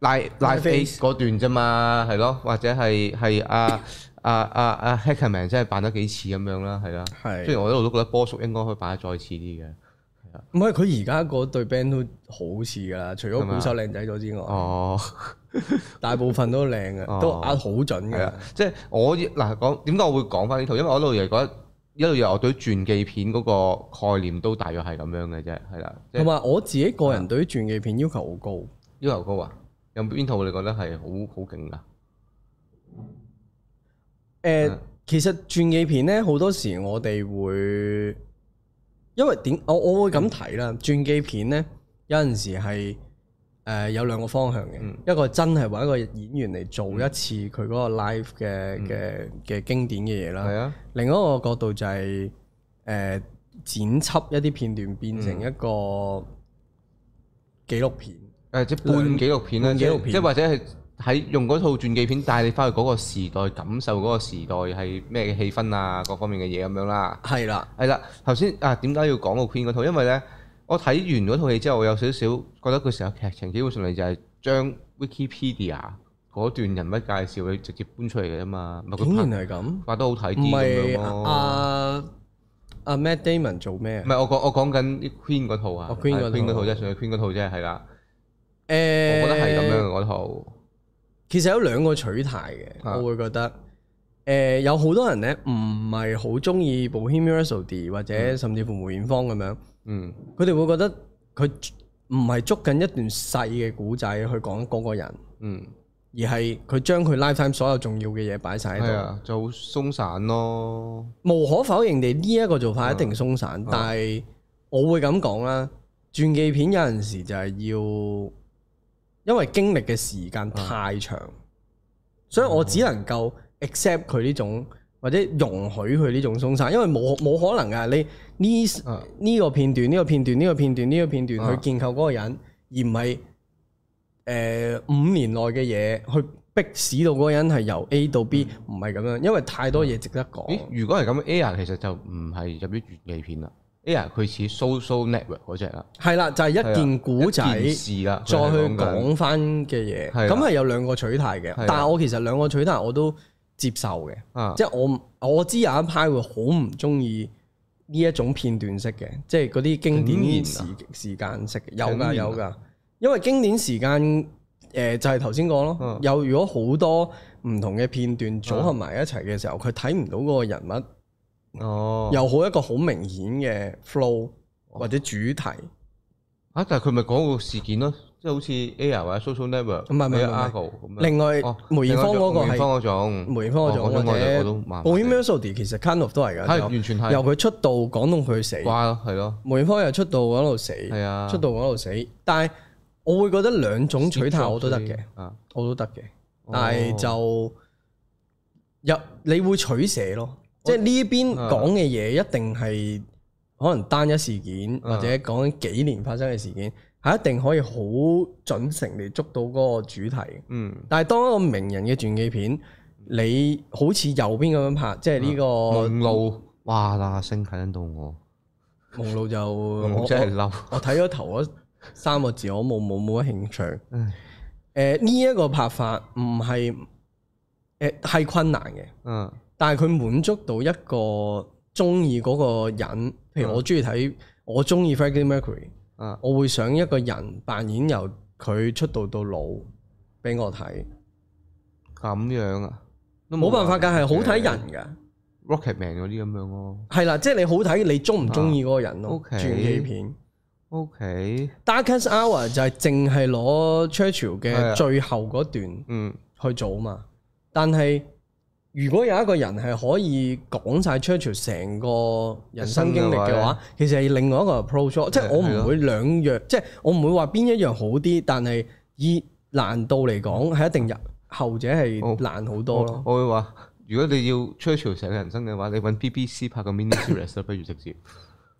A: live live face 嗰段啫嘛，係咯，或者係係啊啊啊啊 Hackerman 真係扮得幾似咁樣啦，係啦。
B: 係
A: 雖然我一路都覺得波叔應該可以扮得再似啲嘅。
B: 唔係佢而家嗰對 band 都好似㗎啦，除咗
A: 係咪啊
B: 鼓手靚仔咗之外，
A: 哦，
B: 大部分都
A: 哦
B: 靚嘅，都壓好準
A: 係
B: 㗎
A: 啊。，即係我嗱講點解我會講翻呢套，因為我一路嚟講一路以來我對傳記片嗰個概念都大約係咁樣嘅啫，係啦。即係
B: 同埋我自己個人對於傳記片要求好高，
A: 要求高啊？有邊套你覺得係好好勁噶？
B: 誒、
A: 嗯
B: 其實傳記片咧好多時我哋會，因為點我我會咁睇啦，傳記片咧有陣時係誒、呃有兩個方向嘅，
A: 嗯
B: 一個真係揾一個演員嚟做一次佢嗰個 live 嘅嘅嘅經典嘅嘢啦，
A: 嗯係啊，
B: 另一個角度就係、誒、剪輯一啲片段變
A: 嗯
B: 成一個紀錄片。
A: 誒即係半紀錄片啦，
B: 半
A: 即
B: 紀錄
A: 係
B: 片
A: 即係或者係喺用嗰套傳記片帶你翻去嗰個時代，感受嗰個時代係咩嘅氣氛啊，各方面嘅嘢咁樣啦。
B: 係啦，
A: 係啦，頭先啊點解要講個 Queen 嗰套？因為咧，我睇完嗰套戲之後，我有少少覺得佢成個劇情基本上嚟就係將 Wikipedia 嗰段人物介紹你直接搬出嚟嘅啫嘛，咪
B: 竟然
A: 哦佢拍
B: 係咁，
A: 拍得好睇
B: 唔
A: 啲咁樣
B: 係
A: 咯。
B: 阿阿 Matt Damon 做咩啊
A: 唔？係我講我講緊啲 Queen 嗰套啊
B: 哦，Queen 嗰套
A: 係套啫，純粹 Queen 嗰套啫，係啦，
B: 誒，
A: 我覺得係咁樣嘅
B: 樣。
A: 嗰套，
B: 其實有兩個取態嘅，
A: 啊
B: 我會覺得誒、有好多人咧唔係好中意 Bohemian Rhapsody 或者甚至乎梅艷芳咁樣，
A: 嗯
B: 佢哋會覺得佢唔係捉緊一段細嘅古仔去講嗰個人，
A: 嗯，
B: 而係佢將佢 lifetime 所有重要嘅嘢擺晒喺
A: 係
B: 度。
A: 啊，就好鬆散咯，
B: 無可否認地，呢、一個做
A: 啊
B: 法一定鬆散，但係我會咁講啦。傳記片有陣時就係要，因為經歷嘅時
A: 啊
B: 間太長，所以我只能夠 accept 佢呢種或者容許佢呢種鬆散，因為冇冇可能㗎。你呢
A: 啊
B: 呢、個片段、呢、個片段、呢、個片段、呢、個片
A: 啊
B: 段去建構嗰個人，而唔係誒五年內嘅嘢去逼使到嗰個人係由 A 到 B，唔係咁樣，因為太多嘢值得講。
A: 嗯咦？如果係咁，Air 其實就唔係入於粵語片啦，Air 佢似 Social Network 嗰只啦，
B: 係啦，就係、
A: 係
B: 一
A: 啊
B: 件古仔，
A: 一件事啦，佢
B: 再去
A: 係講緊
B: 講翻嘅嘢，
A: 係啦
B: 咁係有兩個取態嘅
A: 係啦。
B: 但係我其實兩個取態我都接受嘅，
A: 啊，
B: 即係我唔我知有一派會好唔中意呢一種片段式嘅，即係嗰啲經典時
A: 竟
B: 時間式嘅，有
A: 竟啊然啊
B: 㗎有㗎，因為經典時間誒、呃就係頭先講
A: 嗯
B: 咯，有如果好多唔同嘅片段組合埋一齊嘅時
A: 啊
B: 候，佢睇唔到嗰個人物。
A: 哦，
B: 又好一個好明顯嘅 flow 或者主題，
A: 啊！但係佢咪講個事件咯，即係好似 Air 或者 Social Network，
B: 唔係唔係
A: 或者
B: 唔係
A: Argo 咁樣。
B: 另外
A: 哦
B: 梅艷芳嗰個
A: 梅艷芳
B: 係
A: 嗰種，
B: 梅艷芳嗰種
A: 哦
B: 或
A: 我就我都
B: 者
A: 麻麻地
B: Bohemian Rhapsody 其實 kind of 都係㗎，
A: 係
B: 就
A: 完全係
B: 由佢出道講到佢死，
A: 瓜咯，係咯，
B: 梅艷芳又出道嗰度死，
A: 係啊，
B: 出道嗰度死，但係我會覺得兩種取態我都得嘅，
A: 啊，
B: 我都得嘅，但係
A: 哦
B: 就入你會取捨咯，即係呢邊
A: 啊
B: 講嘅嘢一定係可能單一事件
A: 啊
B: 或者講緊幾年發生嘅事件，係一定可以好準成地捉到嗰個主題。
A: 嗯，
B: 但係當一個名人嘅傳記片，你好似右邊咁樣拍，即係呢個
A: 夢露，哇！那星睇緊到我，
B: 夢露就
A: 我
B: 我
A: 真係嬲，
B: 我睇咗頭嗰三個字，我冇冇冇乜興趣。
A: 唉
B: 誒呢一個拍法唔係誒係困難嘅，
A: 嗯
B: 但係佢滿足到一個中意嗰個人，譬
A: 嗯
B: 如我中意睇，我中意 Freddie Mercury，
A: 啊
B: 我會想一個人扮演由佢出道到老俾我睇，
A: 咁樣啊，都
B: 冇辦法㗎，係好睇人
A: 嘅
B: 㗎。
A: Rocket Man 嗰啲咁樣咯。
B: 係啦，即係你好睇你中唔中意嗰個人
A: 啊
B: 咯，
A: ，OK
B: 傳記片。
A: O K，
B: Darkest Hour 就係淨係攞 Churchill
A: 係啊
B: 嘅最後嗰段。
A: 嗯
B: 去做啊嘛。但係如果有一個人係可以講晒 Churchill 成個人生經歷嘅
A: 人生嘅
B: 話
A: 話，
B: 其實係另外一個 approach 咯即係
A: 係
B: 我唔會兩樣，即係我唔會話邊一樣好啲，但係以難度嚟講係一定入後者
A: 好
B: 係難好多
A: 我
B: 咯。
A: 我會話，如果你要 Churchill 成個人生嘅話，你揾 BBC 拍個 mini series 啦，不 如直接。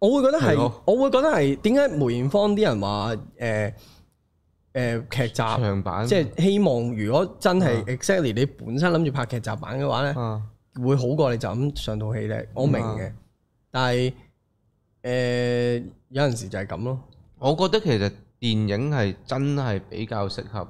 B: 我會覺得
A: 係
B: 係
A: 咯，
B: 我會覺得係點解梅艷芳啲人話誒誒劇集，
A: 長版
B: 啊即係希望如果真係
A: 啊
B: exactly 你本身諗住拍劇集版嘅話咧。
A: 啊，
B: 會好過你就咁上套戲咧，我明嘅。但係誒、呃有陣時就係咁咯，
A: 我覺得其實電影係真係比較適合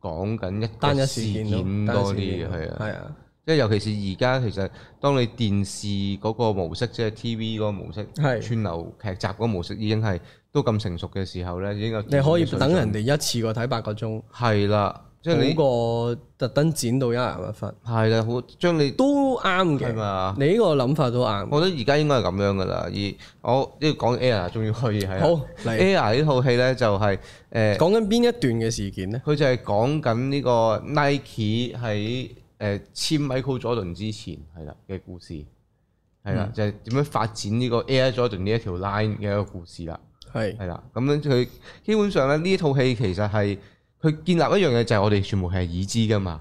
A: 講緊一個
B: 單一事
A: 事
B: 件
A: 件
B: 咯，單一
A: 多
B: 事件
A: 啲，
B: 咯
A: 係啊，
B: 係啊，
A: 即係尤其是而家其實當你電視嗰個模式，即係 TV 嗰個模式，
B: 係
A: 串流劇集嗰個模式已經係都咁成熟嘅時候咧，已經有
B: 你可以等人
A: 哋
B: 哋一次過睇八個鐘，
A: 係啦，即係
B: 好
A: 你
B: 過特登剪到一人一忽，
A: 係啦，好將你
B: 都啱
A: 係
B: 嘅。
A: 嘛？
B: 你呢個諗法都啱。
A: 我覺得而家應該係咁樣噶啦，而我呢講 Air 啊終於可以係啦
B: 好嚟
A: Air 呢套戲咧就係、呃誒，
B: 講緊邊一段嘅事件咧？
A: 佢、就係講緊呢個 Nike 喺誒簽 Michael Jordan 之前係啦嘅故事，係啦、就係點樣發展呢個 Air Jordan 呢一條 line 嘅一個故事啦，
B: 係
A: 係啦，咁樣佢基本上咧呢套戲其實係佢建立一樣嘢就係我哋全部係已知噶嘛。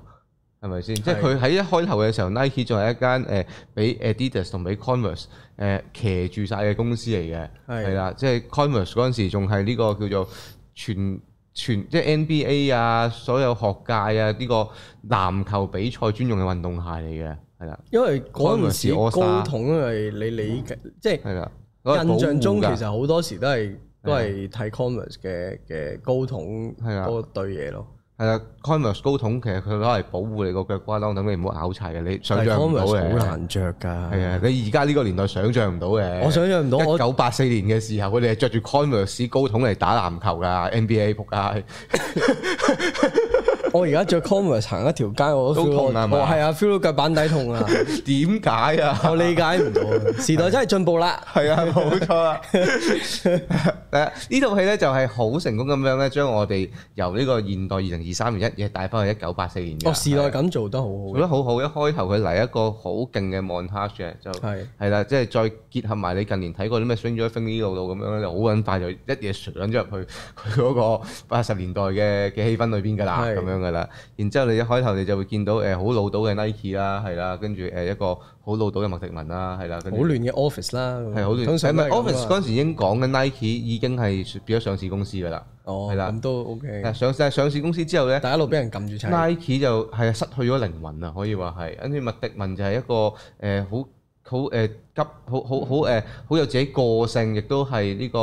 A: 係咪先？即係佢喺一開頭嘅時候，Nike 仲係一間誒俾 Adidas 同俾 Converse 誒、騎住晒嘅公司嚟嘅，
B: 係
A: 係啦，即係 Converse 嗰陣時仲係呢個叫做全全即係 NBA 啊，所有學界啊呢、個籃球比賽專用嘅運動鞋嚟嘅，係啦，
B: 因為嗰陣時
A: Converse All
B: 高
A: Star
B: 筒係你理解，即係
A: 嗯係啦。攞嚟保護㗎啊
B: 印象中其實好多時都係都係睇 Converse 嘅嘅高筒
A: 係啊
B: 嗰對嘢咯。
A: 係啦，Converse 高筒其實佢攞嚟保護你個腳瓜襠，等你唔好拗柴嘅，你
B: 但
A: 想
B: 係
A: 像唔到
B: Converse 好
A: 嘅。
B: 難着㗎。
A: 係啊，你而家呢個年代想像唔到嘅。
B: 我想象唔到
A: 一
B: 我
A: 九八四年嘅時候，佢哋係着住 Converse 高筒嚟打籃球㗎 NBA 仆街。
B: 我而家着 Converse 行一條街，我都 feel
A: 都痛
B: 到
A: 啊係嘛
B: 我係啊，feel 到腳板底 痛啊！
A: 點解啊？
B: 我理解唔到啊， 時代真係進步啦。
A: 係啊，冇錯啦。誒，呢套戲咧就係好成功咁樣咧，將我哋由呢個現代二零二三年一嘢帶翻去一九八四年嘅。
B: 哦，時代感做得好
A: 做
B: 好，
A: 得好好，一開頭佢嚟一個好勁嘅 montage 嘅就
B: 係
A: 係啦，即係再結合埋你近年睇過啲咩《Stranger Things》呢度咁樣咧，就好撚快就一嘢上咗入去 佢嗰個八十年代嘅嘅氣氛裏邊㗎啦，
B: 係
A: 咁樣㗎啦。然之後你一開頭你就會見到誒好老到嘅 Nike 啦，係啦，跟住誒一個好老到嘅麥迪文啦，係啦，跟
B: 好
A: 住
B: 亂嘅 office 啦，
A: 係好亂。
B: 嗯通
A: 係
B: 常都
A: 咪
B: 係咁
A: Office
B: 啊
A: 嗰陣時已經講緊 Nike 已經係變咗上市公司㗎啦？
B: 哦，
A: 係啦
B: 咁都 OK，
A: 但係上但係上市公司之後咧。
B: 但係一路俾人撳住砌，
A: Nike 就係失去咗靈魂啊，可以話係。跟住麥迪文就係一個誒、呃好好誒急，好好好誒好有自己個性，亦都係呢、個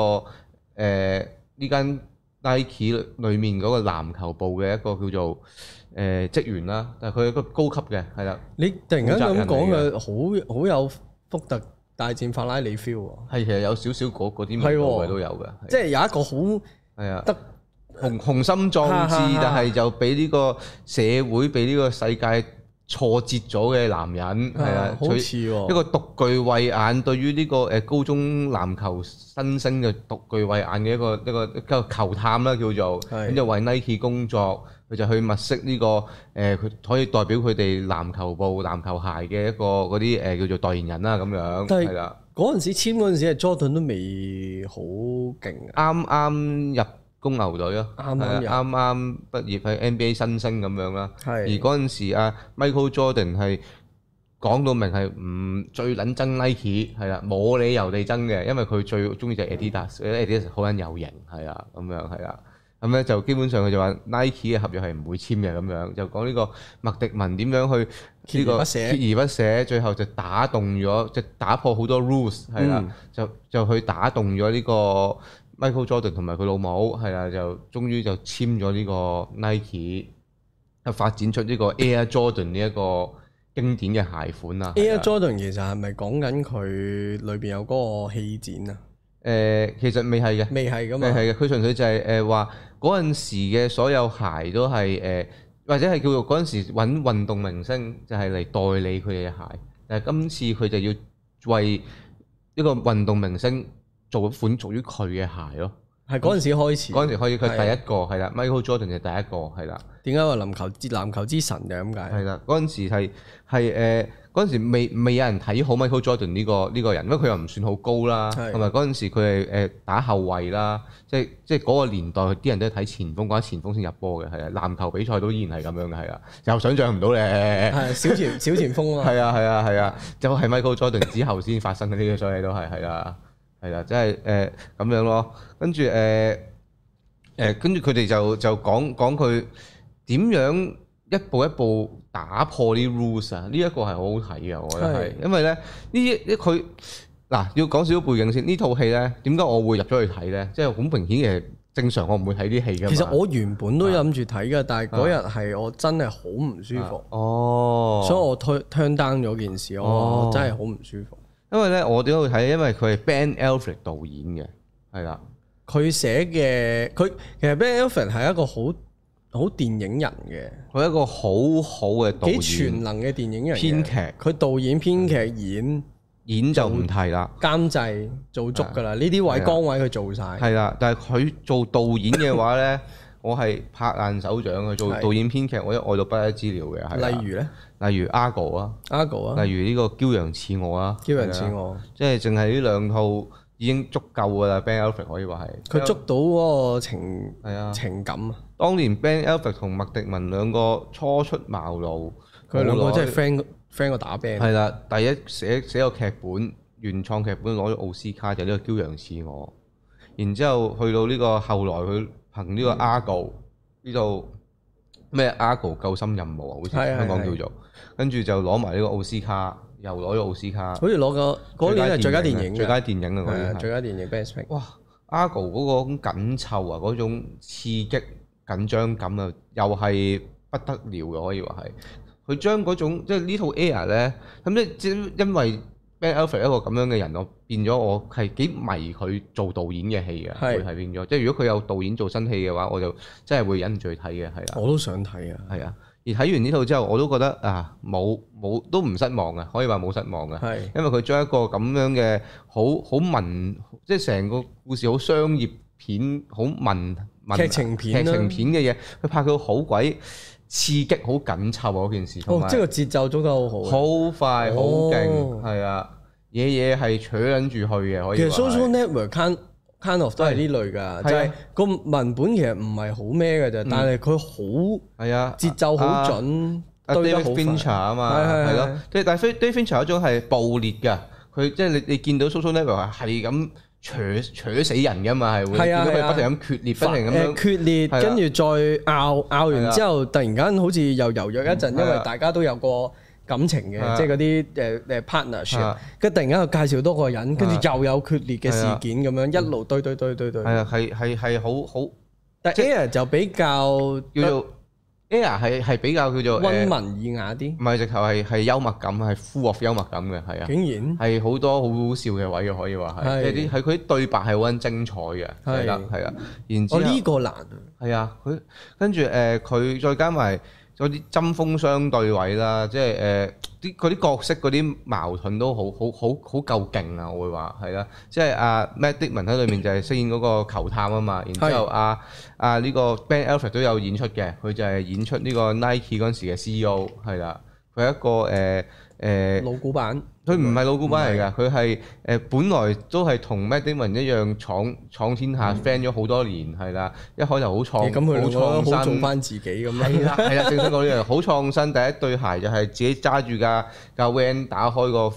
A: 誒呢間 Nike 裏面嗰個籃球部嘅一個叫做誒、呃、職員啦。但係佢係一個高級嘅，係啦，
B: 你突然間咁
A: 負責人
B: 講佢，好好有福特大戰法拉利 feel 喎，
A: 係其實有少少嗰嗰啲
B: 係
A: 味道
B: 喎
A: 嘅都有嘅，
B: 即係有一個好
A: 係啊。
B: 得
A: 雄雄心壯
B: 哈哈
A: 志
B: 哈，
A: 但係就俾呢個社會、俾呢個世界摧挫折咗嘅男人，係啊，
B: 好
A: 佢
B: 似喎
A: 一個獨具慧眼，對於呢個誒高中籃球新星嘅獨具慧眼嘅一個一個一個球探啦，叫做
B: 係
A: 咁就為 Nike 工作，佢就去物色呢、個誒，佢、可以代表佢哋籃球部、籃球鞋嘅一個嗰啲誒叫做代言人啦，咁樣
B: 但係
A: 係啦，
B: 嗰陣時簽嗰陣時係 Jordan 都未好勁啊，
A: 啱啱入公牛隊咯，
B: 啱啱
A: 係啊
B: 入
A: 啱啱畢業係 NBA 新星咁樣啦。而
B: 係
A: 嗰陣時啊，Michael Jordan 係講到明係唔最撚憎 Nike 係啦，冇理由地憎嘅，因為佢最中意就係 Adidas，Adidas 好撚有型係啦，咁樣係啦。咁咧就基本上佢就話 Nike 嘅合約係唔會簽嘅咁樣，就講呢個麥迪文點樣去呢、
B: 鍥而
A: 個
B: 不
A: 鍥
B: 捨
A: 而不捨，最後就打動咗，即係打破好多 rules 係啦，
B: 嗯
A: 就就去打動咗呢個 Michael Jordan 同埋佢老母係啦，就終於就簽咗呢個 Nike。就發展出呢個 Air Jordan 呢一個經典嘅鞋款啦。係
B: Air
A: 啊
B: Jordan 其實係咪講緊佢裏邊有嗰個氣展啊？
A: 誒其實未係嘅，
B: 未係啊噶嘛
A: 未，係嘅，佢純粹就係誒話嗰陣時嘅所有鞋都係誒、或者係叫做嗰陣時揾運動明星就係嚟代理佢哋嘅鞋，但係今次佢就要為一個運動明星做一款屬於佢嘅鞋咯。
B: 係嗰陣時開始。
A: 嗰陣時可以佢
B: 係啊
A: 第一個係啦，Michael Jordan 就第一個係啦。
B: 點解話籃球之籃球之神就係咁
A: 係
B: 解？
A: 啦，嗰陣時係係誒，嗰陣時未未有人睇好 Michael Jordan 呢、個呢、個人，因為佢又唔算好高啦，
B: 係
A: 同埋嗰陣時佢係誒呃打後衞啦，即係即係嗰個年代啲人都係睇前鋒，覺得前鋒先入波嘅，係啊，籃球比賽都依然係咁樣嘅，係啊，又想像唔到咧，
B: 係 小前小前鋒啊嘛，
A: 係啊係啊係啊，就係 Michael Jordan 之後先發生嘅呢啲，所以都係係啊係啦，即係誒咁樣咯，跟住誒。誒，跟住佢哋就就講講佢點樣一步一步打破啲 rules 啊！呢一個係好好睇嘅，我覺得係，因為咧呢呢佢嗱要講少少背景先。呢套戲咧點解我會入咗去睇咧？即係好明顯嘅，正常我唔會睇啲戲嘅。
B: 其實我原本都
A: 啊
B: 諗住睇嘅，但係嗰日係我真係好唔舒服，
A: 啊哦，
B: 所以我推 turn down 咗件事，我
A: 哦
B: 真係好唔舒服。
A: 因為咧我點解會睇？因為佢係 Ben Alfred 導演嘅，係啦，
B: 佢寫嘅佢其實 Ben Elfin 係一個好好電影人
A: 佢係一個好好嘅導
B: 嘅，幾全
A: 演，
B: 能嘅電影人嘅。
A: 編劇
B: 佢導演、編劇、演、
A: 演就唔提啦。
B: 監製做足㗎啦，呢啲位
A: 係啊
B: 崗位佢做晒。
A: 係啦，但係佢做導演嘅話咧， 我係拍爛手掌嘅。做
B: 係
A: 導演編劇，我一愛到不得資料嘅。係啦
B: 例如咧
A: 例如 Argo 啊，
B: ，Argo 啊，
A: 例如呢個《驕陽似我》啊，
B: 叫人似
A: 係啊，
B: 我，
A: 即係淨係呢兩套已經足夠㗎啦。Ben Alfred 可以話係
B: 佢捉到嗰個情
A: 係啊。
B: 情感啊。
A: 當年 Ben Alfred 同麥迪文兩個初出茅廬，
B: 佢兩個真係
A: 冇
B: friend friend 個打
A: 攞
B: band，
A: 係啦。第一寫寫個劇本，原創劇本攞咗奧斯卡就係呢、個《驕陽似我》，然之後去到呢個後來佢憑呢
B: 嗯
A: 個 Argo 呢套咩 Argo 救心任務啊，好似
B: 係係
A: 香港
B: 係
A: 叫做，跟住就攞埋呢個奧斯卡，又攞咗奧斯卡。
B: 好似攞個嗰年係最佳電影
A: 最
B: 㗎，
A: 佳電影啊！
B: 係
A: 嗰
B: 啊
A: 啲
B: 最
A: 係
B: 佳電影 Best Picture。
A: 哇，Argo 嗰個緊湊啊，嗰種刺激緊張感啊，又係不得了嘅，可以話係。佢將嗰種即係呢套 Air 咧，咁即即因為 Ben Alfred 一個咁樣嘅人，我變咗我係幾迷佢做導演嘅戲嘅，啊
B: 係
A: 會係變咗。即係如果佢有導演做新戲嘅話，我就真係會忍唔住去睇嘅，係啦。
B: 我都想睇啊，
A: 係啊，而睇完呢套之後，我都覺得啊，冇冇都唔失望嘅，可以話冇失望嘅，
B: 係
A: 因為佢將一個咁樣嘅好好文，即係成個故事好商業片、好文文
B: 劇情片
A: 劇
B: 啦
A: 情片嘅嘢，佢拍到好鬼刺激、好緊湊啊！嗰件事，同
B: 哦
A: 埋，
B: 即係個節奏捉得好好啊。
A: 好快、好
B: 哦
A: 勁，係啊，嘢嘢係扯撚住去嘅，可以
B: 其實
A: 話係
B: Social Network kind kind of 都係呢類㗎，
A: 係啊
B: 就係個文本其實唔係好咩㗎啫，但係佢好
A: 係啊，
B: 節奏好
A: 啊
B: 準，
A: 啊
B: 堆得
A: David
B: 好
A: Fincher
B: 快。
A: 啊嘛，
B: 係係
A: 係
B: 係
A: 咯。即係但係 David Fincher 嗰種係暴烈㗎，佢即係你你見到 Social Network 係咁扯扯死人㗎嘛，係會
B: 係
A: 見
B: 啊
A: 到
B: 係
A: 佢
B: 啊
A: 不停咁決裂，不停咁
B: 誒
A: 樣。
B: 呃決裂，
A: 係啦
B: 跟住再拗拗
A: 係
B: 完
A: 啦嗯
B: 之後，突然間好似又柔弱一陣，因
A: 係
B: 為
A: 啦
B: 大家都有個感情嘅
A: 係，啊
B: 即係嗰啲誒誒
A: 係
B: partnership，
A: 啊
B: 跟住突然間又介紹多個人，跟住又有決裂嘅事
A: 係啊
B: 件咁樣，一路堆堆堆
A: 係
B: 堆堆。
A: 啊，係係係好好
B: 但 Air 就比較
A: 叫做 Air 係係比較叫做
B: 温
A: 誒，
B: 文爾雅啲，
A: 唔係直頭係係幽默感，係 full of 幽默感嘅，係啊，
B: 竟然
A: 係好多好好笑嘅位嘅，可以話係，
B: 係
A: 即係啲係佢啲對白係好撚精彩嘅，係啦
B: 係
A: 係啊，然之
B: 我
A: 後。
B: 哦呢個難啊，
A: 係啊，佢跟住誒，佢、再加埋誒、嗰啲針鋒相對位啦，即係誒啲嗰啲角色嗰啲矛盾都好好好好夠勁啊！我會話係啦，即係阿 Matt Damon 喺裏面就係飾演嗰個球探啊嘛，然之後阿阿呢個 Ben Alfred 都有演出嘅，佢就係演出呢個 Nike 嗰陣時嘅 CEO 係啦，佢係一個誒誒。呃
B: 老古板，
A: 佢唔係老古板嚟㗎，佢係誒本來都係同 Matt Damon 一樣闖闖天下 friend 咗好多年，係啦，一開頭好
B: 嗯咁
A: 創
B: 佢兩個都好
A: 好創
B: 做
A: 新，
B: 翻自己咁
A: 係啊
B: 啦。
A: 啦係啦，正想講呢樣，好創新。第一對鞋就係自己揸住架架 van 打開個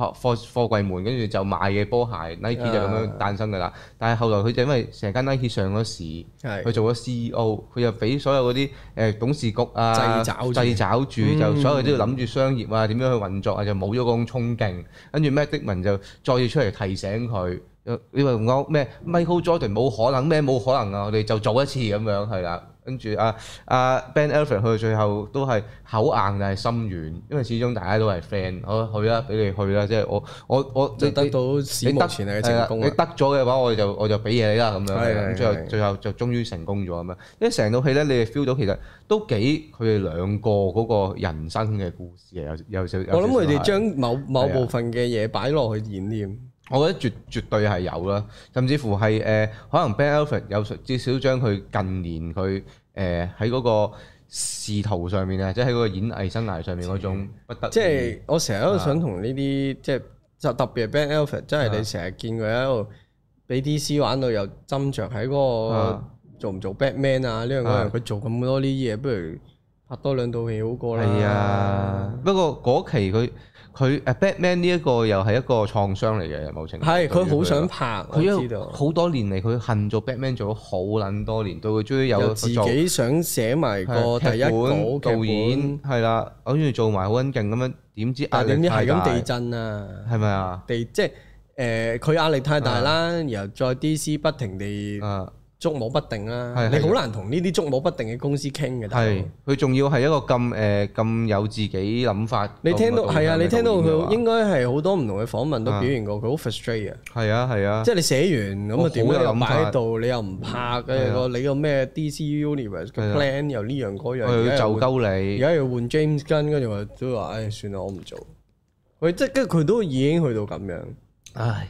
A: 貨貨貨櫃門，跟住就賣嘅波鞋 Nike 就咁
B: 啊
A: 樣誕生㗎啦。但係後來佢就因為成間 Nike 上咗市。佢
B: 係
A: 做咗 E CEO，佢就俾所有嗰啲誒董事局啊
B: 掣肘住
A: 掣肘住，就所有都要諗住商業啊點樣去運作啊，就冇咗嗰種衝勁。跟住 Matt Damon 就再次出嚟提醒佢，你話講咩 Michael Jordan 冇可能咩冇可能啊，我哋就做一次咁樣係啦。跟住啊啊 Ben Alfred 去到最後都係口硬但係心軟，因為始終大家都係 friend，好去啦，俾你去啦，即係我我我
B: 即係
A: 你
B: 得到史無前例嘅成功
A: 係啦你
B: 啊！
A: 得咗嘅話，我就我就俾嘢你啦咁樣。
B: 係
A: 咁
B: 係
A: 最後
B: 係
A: 最後就終於成功咗咁樣。因為成套戲咧，你哋 feel 到其實都幾佢哋兩個嗰個人生嘅故事啊，有有少。有
B: 我諗佢
A: 少少
B: 哋
A: 係
B: 將某某
A: 係啊
B: 部分嘅嘢擺落去演練，
A: 我覺得絕絕對係有啦，甚至乎係誒、呃可能 Ben Alfred 有至少將佢近年佢誒喺嗰個仕途上面啊，即係喺嗰個演藝生涯上面嗰種不得已，
B: 即係我成日都想同呢啲即係就特別係 Ben Alfred，即係
A: 啊
B: 你成日見佢喺度俾 DC 玩到又斟酌喺嗰個
A: 啊
B: 做唔做 Batman 啊呢樣嗰
A: 啊
B: 樣，佢做咁多呢啲嘢，不如拍多兩套戲好過啦。
A: 係啊。不過嗰期佢佢誒 Batman 呢一個又係一個創傷嚟嘅，某程度
B: 係
A: 對於
B: 佢好
A: 嚟講
B: 想拍，我
A: 佢
B: 知
A: 一
B: 道。
A: 好多年嚟，佢恨做 Batman 做咗好撚多年，到佢終於有
B: 又
A: 個
B: 自
A: 做
B: 己想寫埋個
A: 係啊
B: 第
A: 劇
B: 一稿
A: 本
B: 劇
A: 導
B: 演，
A: 演係啦，跟住做埋好撚勁咁樣，點知壓
B: 但係啊點
A: 力
B: 知
A: 太
B: 係咁
A: 大，
B: 地震啊！
A: 係咪啊？
B: 地即係誒，佢、壓力太大啦，然後再 DC 不停地
A: 啊，
B: 捉摸不定啦，
A: 係
B: 你
A: 係
B: 好難同呢啲捉摸不定嘅公司傾嘅。大佬
A: 係佢仲要係一個咁誒咁有自己諗法，
B: 你聽到
A: 咁嘅導
B: 係
A: 演
B: 啊，你
A: 嘅
B: 聽
A: 導
B: 到
A: 演嘅
B: 佢
A: 話
B: 應該係好多唔同嘅訪問都表現過，佢好 frustrate 啊！
A: 係啊係啊
B: 即，係你寫完
A: 我
B: 咁啊，
A: 好
B: 點
A: 有
B: 解又
A: 諗法
B: 擺喺度？你又唔拍
A: 係
B: 嘅
A: 啊
B: 個你個咩 DC Universe
A: 係
B: 嘅
A: 啊
B: plan 又呢樣嗰樣，
A: 佢
B: 而
A: 要
B: 家
A: 就
B: 又而
A: 鳩
B: 家要換 James Gunn，跟住話都話，唉，算啦，我唔做。佢即係跟住佢都已經去到咁樣，
A: 你，唉。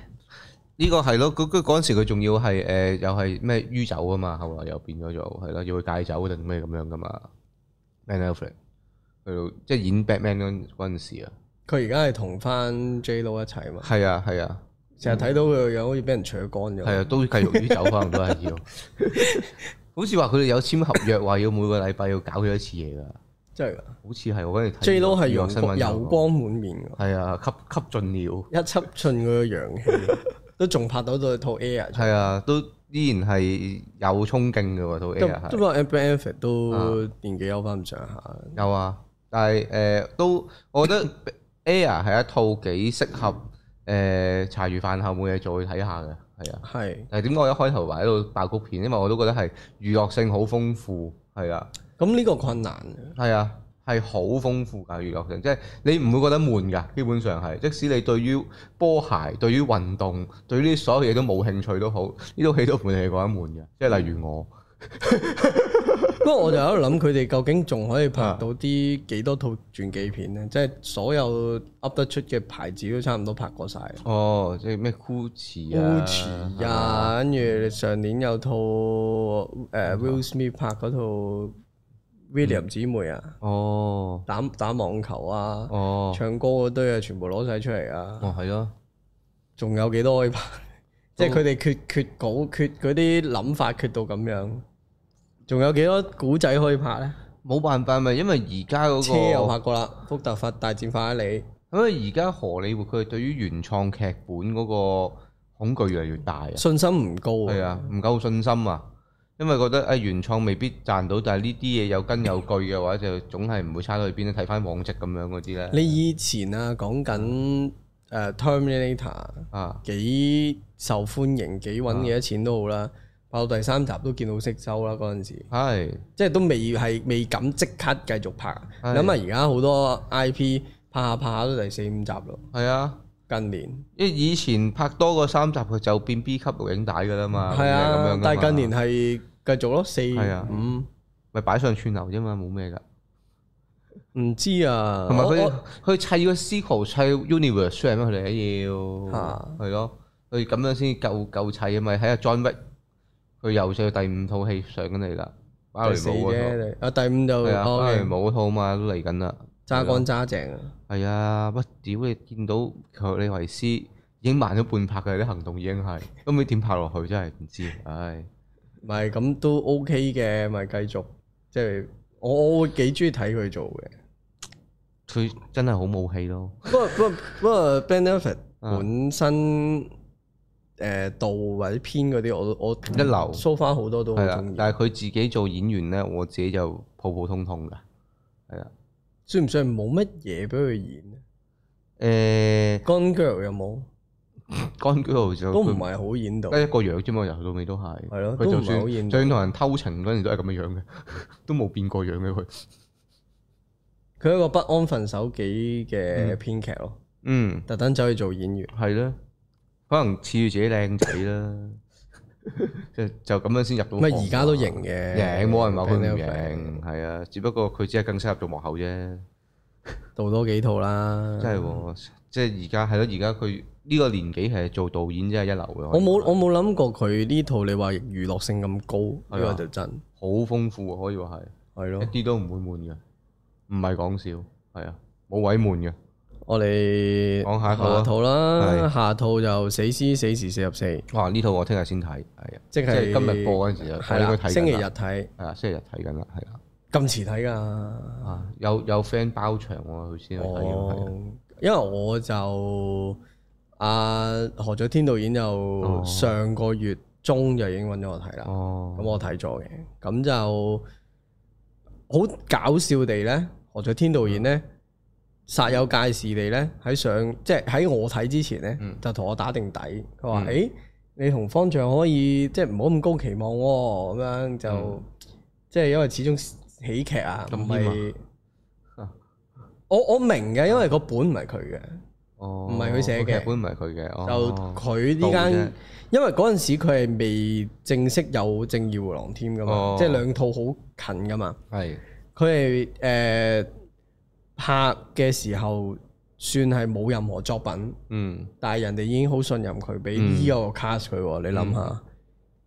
A: 呢個係咯，嗰嗰嗰陣時佢仲要係誒、呃又係咩酗酒啊嘛，後來又變咗做係咯，要佢戒酒定咩咁樣噶嘛。Ben Alfred 去到即係演 Batman 嗰嗰陣時啊，
B: 佢而家係同翻 J Lo 一齊嘛，
A: 係啊係啊
B: 成日睇到佢個樣好似俾人扯乾咗。
A: 係啊，都繼續酗酒，可能都係 要。好似話佢哋有簽合約，話要每個禮拜要搞佢一次嘢㗎，
B: 真係㗎
A: 好似係我跟住睇。
B: J Lo 係
A: 娛樂
B: 陽
A: 新聞
B: 光
A: 有講
B: 油光滿面㗎，
A: 係啊，吸吸盡了。
B: 一吸進佢嘅陽氣， 都仲拍到到套 Air 出嚟。
A: 係啊，都依然係有衝勁㗎喎，套 A 係
B: 都。都話 a b e n f i t 都
A: 啊
B: 年紀有翻咁上下，
A: 有啊，但係誒、呃都，我覺得 Air 係一套幾適合誒、呃茶餘飯後冇嘢做去睇下嘅，係啊。
B: 係
A: 但係點解我一開頭話喺度爆谷片？因為我都覺得係娛樂性好豐富，係啊，
B: 咁呢個困難嘅
A: 係啊，係好豐富㗎娛樂性，即係你唔會覺得悶㗎，基本上係。即使你對於波鞋、對於運動、對於呢所有嘢都冇興趣都好，呢套戲都唔會令你覺得悶嘅。即係例如我，
B: 不過我就喺度諗，佢哋究竟仲可以拍
A: 啊
B: 到啲幾多套傳記片咧？即係所有噏得出嘅牌子都差唔多拍過晒。
A: 哦，即係咩 Gucci 啊
B: Gucci 啊，跟住上年有套誒 Will Smith 拍嗰套
A: 嗯
B: William 姊妹啊，
A: 哦，
B: 打打網球啊，
A: 哦。
B: 唱歌嗰堆啊，全部攞晒出嚟啊！
A: 哦，係哦咯，
B: 仲有幾多可以拍？即係佢哋缺缺稿、缺嗰啲諗法，缺到咁樣。仲有幾多古仔可以拍咧？
A: 冇辦法咪，因為而家嗰
B: 車又
A: 個，
B: 拍過啦，福特法大戰法拉利。
A: 因為而家荷里活佢對於原創劇本嗰個恐懼越嚟越大啊，
B: 信心唔高
A: 係
B: 啊！
A: 啊，唔夠信心啊，因為覺得誒原創未必賺到，但係呢啲嘢有根有據嘅話，就總係唔會差到去邊。睇翻往績咁樣嗰啲咧，
B: 你以前啊講緊
A: 嗯
B: 誒 Terminator
A: 啊
B: 幾受歡迎，幾揾幾多錢都好
A: 啊
B: 啦。拍到第三集都見到息收啦，嗰陣時
A: 係
B: 即係都未係未敢即刻繼續拍。
A: 係
B: 諗下而家好多 IP 拍下拍下都第四五集咯，
A: 係啊，
B: 近年。
A: 因為以前拍多過三集佢就變 B 級錄影帶㗎啦嘛，
B: 係
A: 咁樣㗎
B: 啊
A: 嘛，
B: 但係近年係繼續咯，四
A: 係啊
B: 五
A: 咪擺上串流啫嘛，冇咩㗎，
B: 唔知啊，
A: 同埋
B: 我
A: 佢佢
B: 我
A: 砌個 sequel 砌 universe 出嚟咩？佢哋都
B: 啊
A: 要係咯，佢咁樣先夠夠砌啊嘛！睇下 John Wick，佢又砌第五套戲上緊嚟啦，芭
B: 第
A: 蕾
B: 四
A: 舞嗰套
B: 啫，你啊第五就
A: 係啊，
B: 哦
A: 芭
B: OK，
A: 蕾舞嗰套嘛都嚟緊啦。
B: 揸乾揸淨啊，
A: 係啊，乜屌你見到佢李維斯已經慢咗半拍嘅啲行動已經係，咁你點拍落去真係唔知，唉。
B: 唔係咁都 OK 嘅，咪繼續即係我我會幾中意睇佢做嘅。
A: 佢真係好冇戲咯，
B: 不過不過不過 Ben e f f e t
A: 啊
B: 本身誒導或者編嗰啲，我都我
A: 一流
B: so far 好多都好
A: 係啦
B: 中。意。
A: 但係佢自己做演員咧，我自己就普普通通㗎，係啊。
B: 算唔算係冇乜嘢俾佢演啊咧？
A: 誒、
B: 干腳有冇？
A: 干居豪就
B: 都唔
A: 佢
B: 係好演到。
A: 得一個樣啫嘛，由頭到尾都係。
B: 係咯
A: 佢
B: 都
A: 就
B: 唔係好
A: 算
B: 現
A: 就算同人偷情嗰陣時都係咁嘅樣嘅， 都冇變過樣嘅佢。
B: 佢一個不安分守己嘅編劇咯，
A: 嗯，
B: 特登走去做演員。
A: 係啦，可能似住自己靚仔啦， 就就咁樣先入到行
B: 唔
A: 啊。
B: 係而家都型嘅，
A: 贏冇人話佢
B: Ben
A: 唔
B: Affleck
A: 贏，係啊，只不過佢只係更適合做幕後啫。
B: 嗯導多幾套啦。
A: 真係喎，即係而家係咯，而家佢呢個年紀係做導演真係一流嘅。
B: 我冇我冇諗過佢呢套你話娛樂性咁高，呢
A: 係啊
B: 個就真
A: 好豐富啊，可以話係
B: 係咯
A: 一。啲都唔會悶嘅，唔係講笑，係啊，冇位悶嘅。
B: 我哋
A: 講下一套啊
B: 套啦，
A: 係
B: 下套就死屍死時四十四，
A: 哇！哦呢套我聽日先睇，係啊，
B: 即
A: 即係
B: 係
A: 今日播嗰陣時就啊
B: 係
A: 我應該
B: 啦，
A: 睇緊啦
B: 星期日睇，
A: 係啊，星期日睇緊啦，係啦。
B: 咁遲睇㗎。
A: 啊，有有 friend 包場喎，佢先去睇嘅，係啊
B: 哦，因為我就阿何佐天導演就上個月中就已經揾咗我睇啦，咁
A: 哦，
B: 我睇咗嘅，咁就好搞笑地呢，何佐天導
A: 嗯
B: 演呢，煞有介事地呢，喺上即係喺我睇之前呢，
A: 嗯
B: 就同我打定底，佢話：，誒、
A: 嗯
B: 你同方丈可以即係唔好咁高期望喎、咁樣就、
A: 嗯
B: 即係因為始終喜劇啊，唔
A: 咁
B: 係
A: 謙啊。
B: 我我明嘅，因為個本唔係佢嘅，
A: 哦，
B: 唔係佢寫嘅
A: 劇本唔係佢嘅，
B: 就
A: 哦
B: 佢呢
A: 導啫
B: 間，因為嗰陣時佢係未正式有正義回廊添噶嘛，
A: 哦
B: 即係兩套好近噶嘛。
A: 係
B: 佢係誒呃拍嘅時候，算係冇任何作品，
A: 嗯
B: 但係人哋已經好信任佢，俾呢個 cast 佢喎。你諗下，
A: 嗯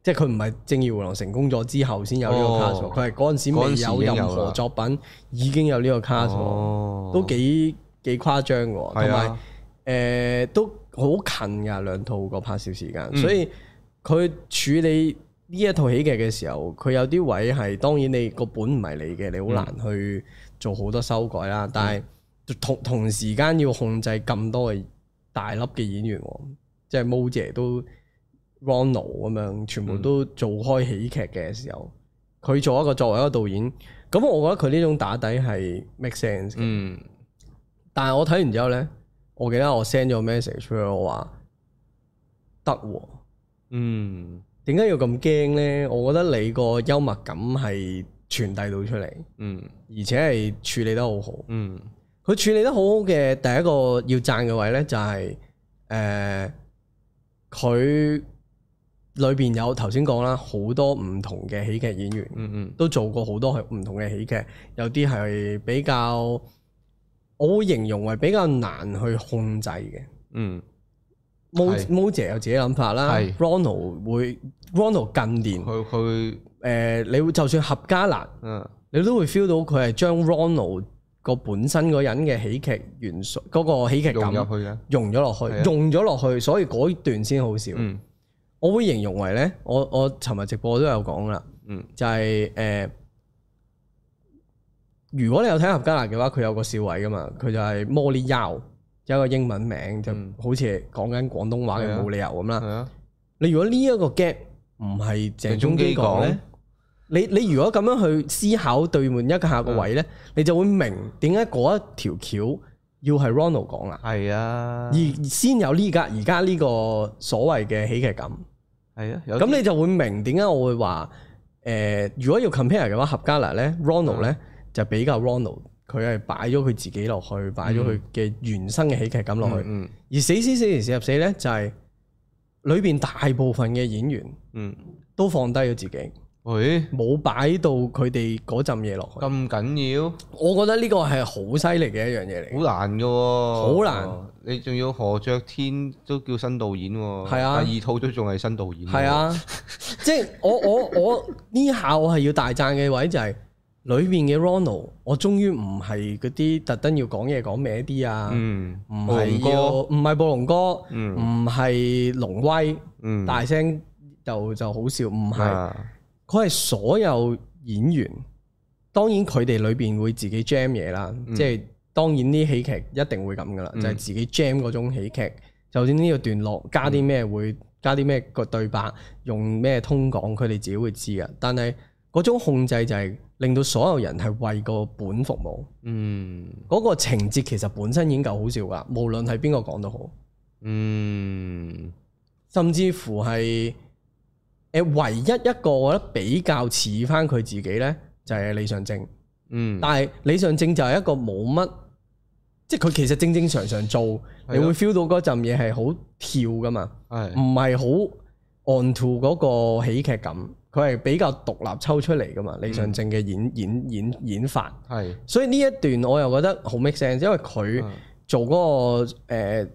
B: 即係佢唔係正義回廊成功咗之後先有呢個
A: 哦
B: cast，喎佢係嗰陣時
A: 嗰陣時已
B: 未
A: 經有
B: 有任何
A: 啦
B: 作品，已經有呢個 cast，喎
A: 哦
B: 都幾幾誇張嘅喎，同
A: 係
B: 埋
A: 啊。
B: 誒、呃都好近㗎兩套個拍攝時間，
A: 嗯
B: 所以佢處理呢一套喜劇嘅時候，佢有啲位係當然你個本唔係你嘅，你
A: 嗯
B: 好難去做好多修改啦。但係同同時間要控制咁多嘅大粒嘅演員喎，即係 Mo 姐都 Ronald 咁樣，全部
A: 嗯
B: 都做開喜劇嘅時候，佢做一個作為一個導演，咁我覺得佢呢種打底係 make sense 嘅。
A: 嗯
B: 但係我睇完之後咧，我記得我 send 咗 message 俾佢我話得喎，
A: 嗯
B: 點解要咁驚咧？我覺得你個幽默感係傳遞到出嚟，
A: 嗯
B: 而且係處理得好好。
A: 嗯
B: 佢處理得好好嘅第一個要讚嘅位咧，就係誒佢裏邊有頭先講啦，好多唔同嘅喜劇演員。
A: 嗯嗯
B: 都做過好多係唔同嘅喜劇，有啲係比較，我會形容為比較難去控制嘅。
A: 嗯
B: Mo
A: 係
B: Mo 姐有自己諗法啦
A: 係
B: ，Ronald 會 Ronald 近年誒、
A: 佢佢
B: 你會就算合家難，
A: 嗯
B: 你都會 feel 到佢係將 Ronald 個本身嗰人嘅喜劇元素嗰、個喜劇
A: 融
B: 感
A: 入去嘅，
B: 融咗落
A: 係啊
B: 去，融咗落去，所以嗰段先好笑。
A: 嗯
B: 我會形容為呢，我我尋日直播都有講啦。
A: 嗯
B: 就係、呃如果你有睇《合家辣》嘅話，佢有個笑位噶嘛，佢就係 Molly Yao，有一個英文名，就
A: 嗯
B: 好似係講緊廣東話
A: 係
B: 嘅，
A: 啊
B: 冇理由咁
A: 係
B: 啦。
A: 啊，
B: 你如果呢一個 gap 唔係鄭中基講咧，你你如果咁樣去思考對換一下個位咧，你就會明點解嗰一條橋要係 Ronald 講啦，
A: 係啊
B: 而，先有呢家而家呢個所謂嘅喜劇感。
A: 係啊，有
B: 咁你就會明點解我會話誒、呃如果要 compare 嘅話，合家辣咧，Ronald 咧就比較 Ronald，佢係擺咗佢自己落去，擺咗佢嘅原生嘅喜劇感落去。
A: 嗯
B: 而死屍死時四入四咧，就係裏邊大部分嘅演員
A: 嗯
B: 都放低咗自己，
A: 喂，
B: 冇擺到佢哋嗰陣嘢落去。
A: 咁緊要，
B: 我覺得呢個係好犀利嘅一樣嘢嚟。
A: 好難噶喎，
B: 好難
A: 哦。你仲要何爵天都叫新導演喎，
B: 係啊
A: 第二套都仲係新導演，
B: 係，啊，即係我我我呢下我係要大讚嘅位就係、裏面嘅 Ronald，我終於唔係嗰啲特登要講嘢講歪啲啊，
A: 嗯，
B: 唔
A: 龍
B: 係要
A: 哥，
B: 唔係暴龍哥，
A: 嗯
B: 唔係龍威，
A: 嗯，
B: 大聲就就好笑，唔係。
A: 啊
B: 佢係所有演員，當然佢哋裏邊會自己 jam 嘢啦，即係當然呢喜劇一定會咁噶啦，
A: 嗯
B: 就係自己 jam 嗰種喜劇。就算呢個段落加啲咩會加啲咩個對白，用咩通講，佢哋自己會知噶。但係嗰種控制就係令到所有人係為個本服務，
A: 嗯
B: 嗰、個情節其實本身已經夠好笑噶，無論係邊個講都好。
A: 嗯
B: 甚至乎係誒唯一一個我覺得比較似翻佢自己咧，就係、李尚正。
A: 嗯，
B: 但係李尚正就係一個冇乜，即係佢其實正正常常做，
A: 係
B: 你會
A: 咯
B: feel 到嗰陣嘢係好跳噶嘛，唔
A: 係啊
B: 係好 on to 嗰個喜劇感，佢係比較獨立抽出嚟噶嘛。李
A: 嗯
B: 尚正嘅演演演演法，
A: 係
B: 所以呢一段我又覺得好 make sense，因為佢。
A: 啊
B: 做嗰、個呃誒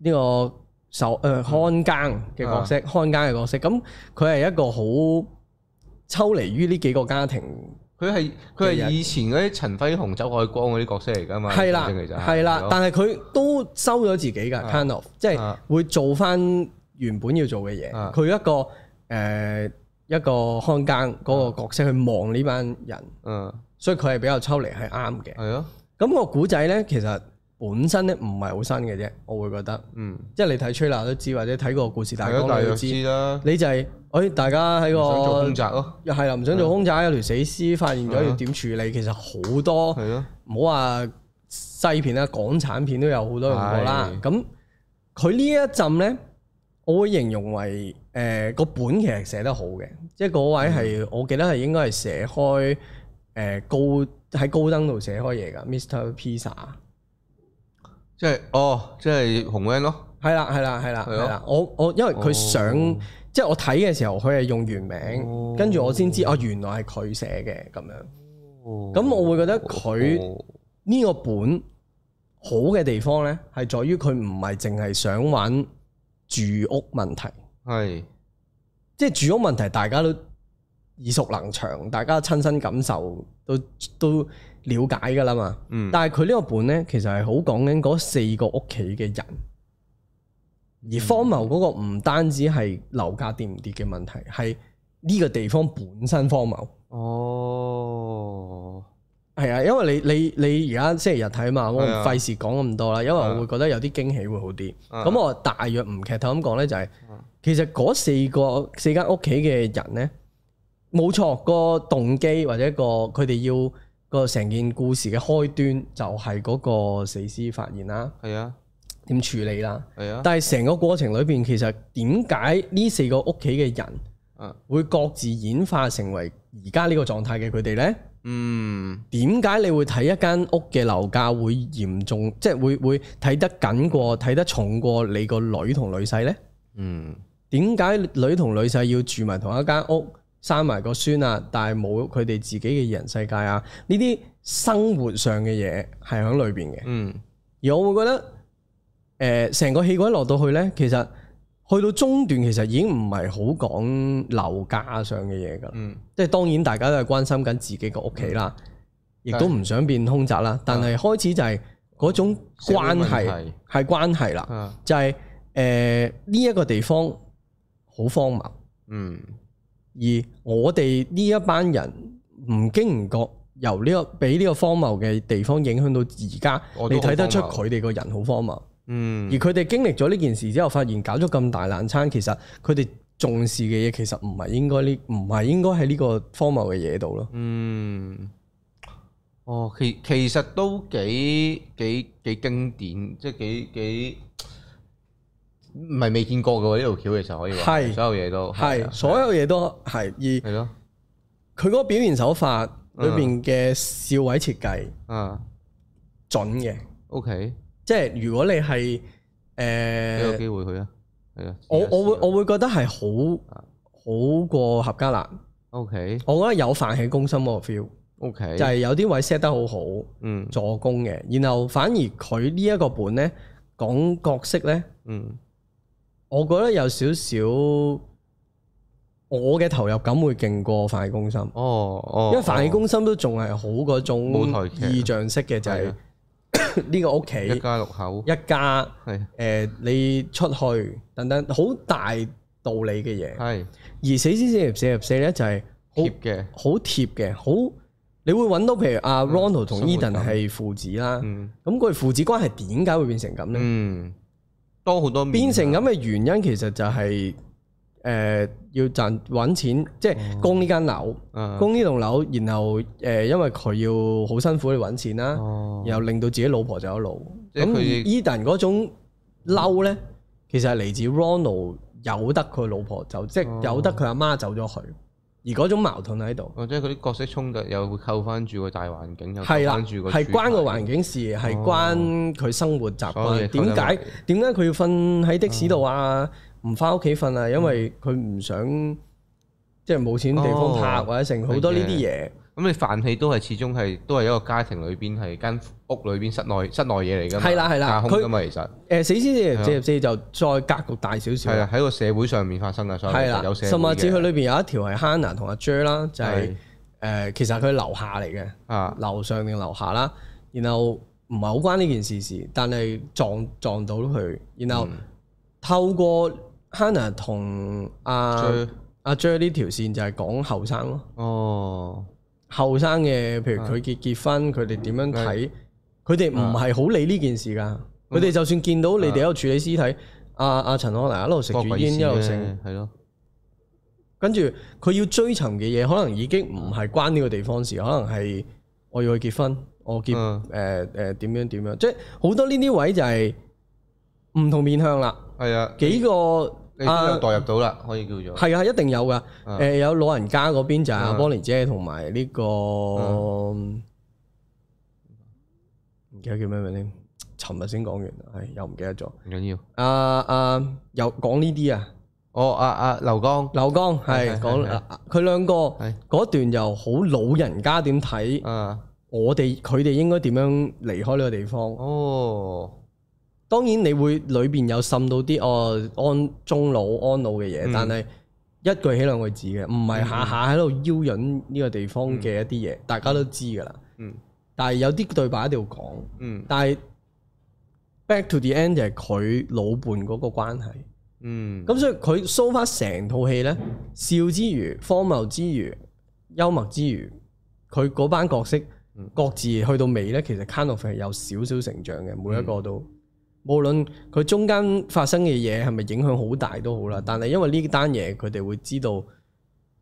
B: 呢、個守誒、
A: 嗯
B: 呃看更嘅角
A: 啊
B: 色，看更嘅角色，咁佢係一個好抽離於呢幾個家庭，
A: 佢係佢
B: 嘅
A: 係
B: 人
A: 以前嗰啲陳輝雄、周海光嗰啲角色嚟㗎嘛，
B: 係啦
A: 正啊正其實
B: 係啦
A: 係，咯
B: 但係佢都收咗自己㗎
A: 啊
B: ，kind of，即係
A: 啊
B: 會做翻原本要做嘅嘢。
A: 啊
B: 佢一個誒、呃一個看更嗰個角色去望呢班人，
A: 嗯
B: 所以佢係比較抽離係啱嘅。
A: 係咯，
B: 咁、個古仔咧，其實本身咧唔係好新嘅啫，我會覺得。
A: 嗯，
B: 即係你睇吹 r 都知，或者睇個故事大
A: 係啊咯，大
B: 綱你
A: 約
B: 都知。
A: 知啦，
B: 你就係、哎大家喺
A: 唔想做
B: 個
A: 空宅啊咯，
B: 係啦，唔想做空宅，有條死屍，發現咗
A: 嗯
B: 要點處理。其實好多
A: 係咯，
B: 唔好話西片啦，啊港產片都有好多用過啦。
A: 係
B: 咁佢呢一陣呢，我會形容為誒個、本其實寫得好嘅，即係嗰位係、
A: 嗯
B: 我記得係應該係寫開誒、呃高喺高登度寫開嘢㗎，Mr. Pizza。
A: 即係哦，即係紅 van 咯，
B: 係啦，係啦，係啦，
A: 係咯
B: 係啦。我我因為佢想，
A: 哦
B: 即係我睇嘅時候，佢係用原名，
A: 哦
B: 跟住我先知哦，原來係佢寫嘅咁樣。
A: 咁
B: 咁我會覺得佢
A: 哦
B: 呢個本好嘅地方呢，係在於佢唔係淨係想玩住屋問題，
A: 係
B: 即係住屋問題大家都耳熟能詳，大家親身感受都都了解㗎啦嘛。
A: 嗯
B: 但係佢呢個本呢，其實係好講緊嗰四個屋企嘅人，而
A: 嗯
B: 荒謬嗰個唔單止係樓價跌唔跌嘅問題，係呢個地方本身荒謬。
A: 哦，
B: 係啊，因為你你你而家星期日睇嘛，我唔
A: 係啊
B: 費事講咁多啦，因為我會覺得有啲驚喜會好啲。
A: 啊
B: 咁我大約唔劇透咁講呢，就係其實嗰四個四間屋企嘅人呢，冇錯個動機或者個佢哋要個成件故事嘅開端就係嗰個死屍發現啦，
A: 係啊
B: 點處理啦。
A: 係啊，
B: 但係成個過程裏邊，其實點解呢四個屋企嘅人
A: 啊
B: 會各自演化成為而家呢個狀態嘅佢哋呢？
A: 嗯
B: 點解你會睇一間屋嘅樓價會嚴重，即係會會睇得緊過、睇得重過你個女同女婿呢？
A: 嗯
B: 點解女同女婿要住埋同一間屋，生埋個孫啊，但係冇佢哋自己嘅二人世界啊？呢啲生活上嘅嘢係喺裏邊嘅。
A: 嗯
B: 而我會覺得，誒、呃成個戲軌落到去呢，其實去到中段其實已經唔係好講樓價上嘅嘢㗎啦。
A: 嗯
B: 即係當然大家都係關心緊自己個屋企啦，亦都唔想變空宅啦。但係開始就係嗰種
A: 社
B: 關
A: 會
B: 係
A: 問題
B: 係關係啦，
A: 啊
B: 就係誒呢一個地方好荒謬，
A: 嗯
B: 而我哋呢一班人唔經唔覺由呢、個俾呢個荒謬嘅地方影響到而家，
A: 我都
B: 你
A: 好
B: 睇得出
A: 荒
B: 佢哋個人好荒謬。而
A: 嗯
B: 佢哋經歷咗呢件事之後，發現搞咗咁大爛餐，其實佢哋重視嘅嘢其實唔係應該呢，唔係應該喺呢個荒謬嘅嘢度咯。
A: 嗯。哦，其其實都幾幾幾經典，即係幾幾唔係未見過嘅喎呢條橋嘅時候可以話，
B: 係
A: 所有嘢都
B: 係，
A: 啊嗯
B: 所有嘢都係。
A: 係
B: 而
A: 咯，
B: 佢嗰個表現手法裏邊嘅笑位設計
A: 啊
B: 準嘅，
A: Ờ, ，OK，
B: 即係如果你係誒、
A: 俾個
B: 呃
A: 機會佢啊，係啊，
B: 我
A: 試下
B: 我會
A: 試下
B: 我會覺得係好好過合家蘭，
A: O K
B: 我覺得有泛起攻心嗰個 feel，
A: O K，
B: 就係有啲位 set 得好好
A: 嗯
B: 助攻嘅，然後反而佢呢一個本呢，講角色呢，
A: 嗯
B: 我覺得有少少我嘅投入感會勁過泛起攻心，
A: 哦哦，
B: 因為泛起攻心都仲係好嗰
A: 舞
B: 種
A: 台劇
B: 意象式嘅，就係
A: 係
B: 呢個屋
A: 哦
B: 企
A: 一家六口
B: 一家。
A: 係
B: 誒、你出去等等，好大道理嘅嘢。
A: 係
B: 而死屍四入四入四咧就係好啊
A: 貼嘅，
B: 好貼嘅，好你會揾到譬如阿 Ronald
A: 嗯生
B: 同
A: 活
B: Eden
A: 感
B: 係父子啦，
A: 嗯
B: 咁佢哋父子關係點解會變成咁咧？
A: 嗯，多好多面啊
B: 變成咁
A: 向
B: 嘅原因其實就係、誒要賺揾錢，即係供呢間樓，
A: 哦啊
B: 供呢棟樓，然後誒、呃因為佢要好辛苦去揾錢啦，
A: 哦
B: 然後令到自己老婆走咗路。
A: 即係
B: 啊咁
A: 佢
B: 而
A: 哋
B: Eden 嗰種嬲咧，其實係嚟自 Ronald 由得佢老婆走，即
A: 哦
B: 係由得佢阿媽走咗去，而嗰種矛盾喺度。
A: 或哦者佢啲角色衝突又會扣翻住個大環境，又
B: 係
A: 扣
B: 啦，
A: 翻住個
B: 係
A: 主
B: 關個
A: 題
B: 環境事，係關佢生活習
A: 所有
B: 慣。
A: 嘢扣得
B: 點解
A: 埋
B: 點解佢要瞓喺的士度啊？唔翻屋企瞓啊？因為
A: 嗯
B: 佢唔想即係冇錢地方
A: 哦
B: 泊或者成好多呢啲嘢。
A: 咁你飯氣都係始終係都係一個家庭裏邊係間屋裏邊室內室內嘢嚟㗎嘛，
B: 係啦係啦
A: 架空
B: 佢
A: 㗎嘛其實
B: 誒死屍四十四就再格局大少少
A: 啊係。啦喺個社會上面發生㗎，所以
B: 係啦，
A: 有社
B: 甚
A: 會
B: 至佢
A: 嘅
B: 裏邊有一條係 Hannah 同阿 J 啦，就係、
A: 係
B: 誒、其實佢樓下嚟嘅，
A: 啊
B: 樓上定樓下啦。然後唔係好關呢件事事，但係撞撞到佢，然
A: 嗯
B: 後透過 Hannah 同阿
A: 最
B: 阿 J 呢條線就係講後生咯，
A: 哦
B: 後生嘅，譬如佢結結婚，佢哋點樣睇？佢哋唔係好理呢件事㗎，佢哋就算見到你哋喺度處理屍體，阿阿陳可能一路食
A: 關
B: 住
A: 鬼
B: 煙
A: 事
B: 一路
A: 咩
B: 食。
A: 係咯
B: 跟住佢要追尋嘅嘢，可能已經唔係關呢個地方事，可能係我要去結婚，我結
A: 嗯
B: 誒誒點樣點樣，即係好多呢啲位就係唔同面向啦。
A: 係啊
B: 幾個
A: 你都有
B: 啊，
A: 代入到啦，可以叫做
B: 係啊，一定有噶。誒、
A: 嗯
B: 有老人家嗰邊就係
A: 嗯
B: 阿 Bonnie 姐同埋呢個
A: 啊
B: 唔記得叫咩名添，尋日先講完，唉又唔記得咗。
A: 唔緊要。
B: 啊啊，又講呢啲啊！
A: 哦啊啊劉江
B: 劉江
A: 係
B: 係講
A: 係
B: 啊佢兩個
A: 係
B: 嗰段又好老人家點睇
A: 啊
B: 我哋佢哋應該點樣離開呢個地方？
A: 哦
B: 當然你會裏邊有滲到啲哦安中老安老嘅嘢
A: 嗯，
B: 但係一句起兩句止嘅，唔係下下喺度邀引呢個地方嘅一啲嘢，大家都知㗎啦。
A: 嗯
B: 但係有啲對白一定要講，
A: 嗯
B: 但係 back to the end 就係佢老伴嗰個關係。
A: 嗯
B: 咁所以佢 so far 成套戲咧，笑之餘、荒謬之餘、幽默之餘，佢嗰班角色各自去到尾咧，其實 kind of 係有少少成長嘅，每一個都。無論佢中間發生嘅嘢係咪影響好大都好啦，但係因為呢單嘢佢哋會知道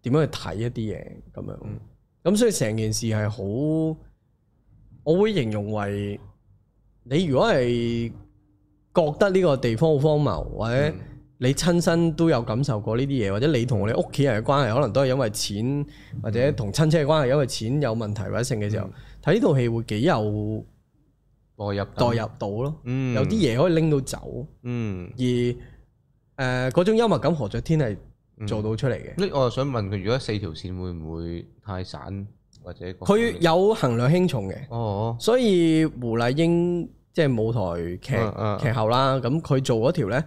B: 點樣去睇一啲嘢咁樣，咁、所以成件事係好，我會形容為你如果係覺得呢個地方好荒謬，或者你親身都有感受過呢啲嘢，或者你同你屋企人嘅關係可能都係因為錢，或者同親戚嘅關係因為錢有問題或者剩嘅時
A: 嗯
B: 候，睇呢套戲會幾有
A: 代入感
B: 代入到咯，
A: 嗯
B: 有啲嘢可以拎到走，
A: 嗯
B: 而誒嗰、種幽默感何爵天係做到出嚟嘅。
A: 嗯呢我又想問佢，如果四條線會唔會太散或者各方
B: 佢
A: 面
B: 有衡量輕重嘅，
A: 哦
B: 所以胡麗英即係舞台劇
A: 嗯嗯嗯
B: 劇後啦，咁佢做嗰條咧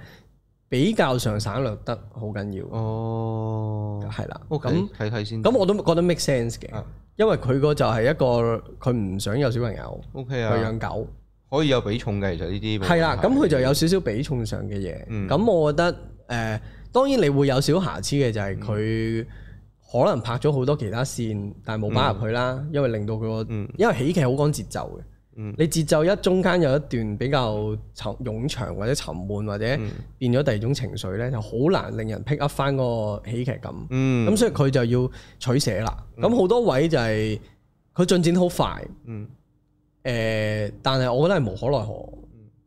B: 比較上省略得好緊要，
A: 哦
B: 係啦。
A: ，OK
B: 咁
A: 睇睇先
B: 嗯咁我都覺得 make sense 嘅
A: 啊，
B: 因為佢個就係一個佢唔想有小朋友，
A: OK
B: 佢
A: 啊，
B: 養狗，
A: 可以有比重嘅，其實呢啲冇
B: 係啦，
A: 問題
B: 咁佢就有少少比重上嘅嘢。
A: 嗯
B: 咁我覺得誒，當然你會有少瑕疵嘅，就係
A: 嗯
B: 佢可能拍咗好多其他線，但係冇擺入去啦，因為令到佢個
A: 嗯
B: 因為喜劇好講節奏嘅。
A: 嗯
B: 你節奏一中間有一段比較沉冗長或者沉悶或者
A: 嗯
B: 變咗第二種情緒咧，就好難令人 pick up 翻個喜劇感。
A: 嗯
B: 咁所以佢就要取捨啦。咁好多位就係佢進展好快，
A: 嗯
B: 誒、但係我覺得係無可奈何。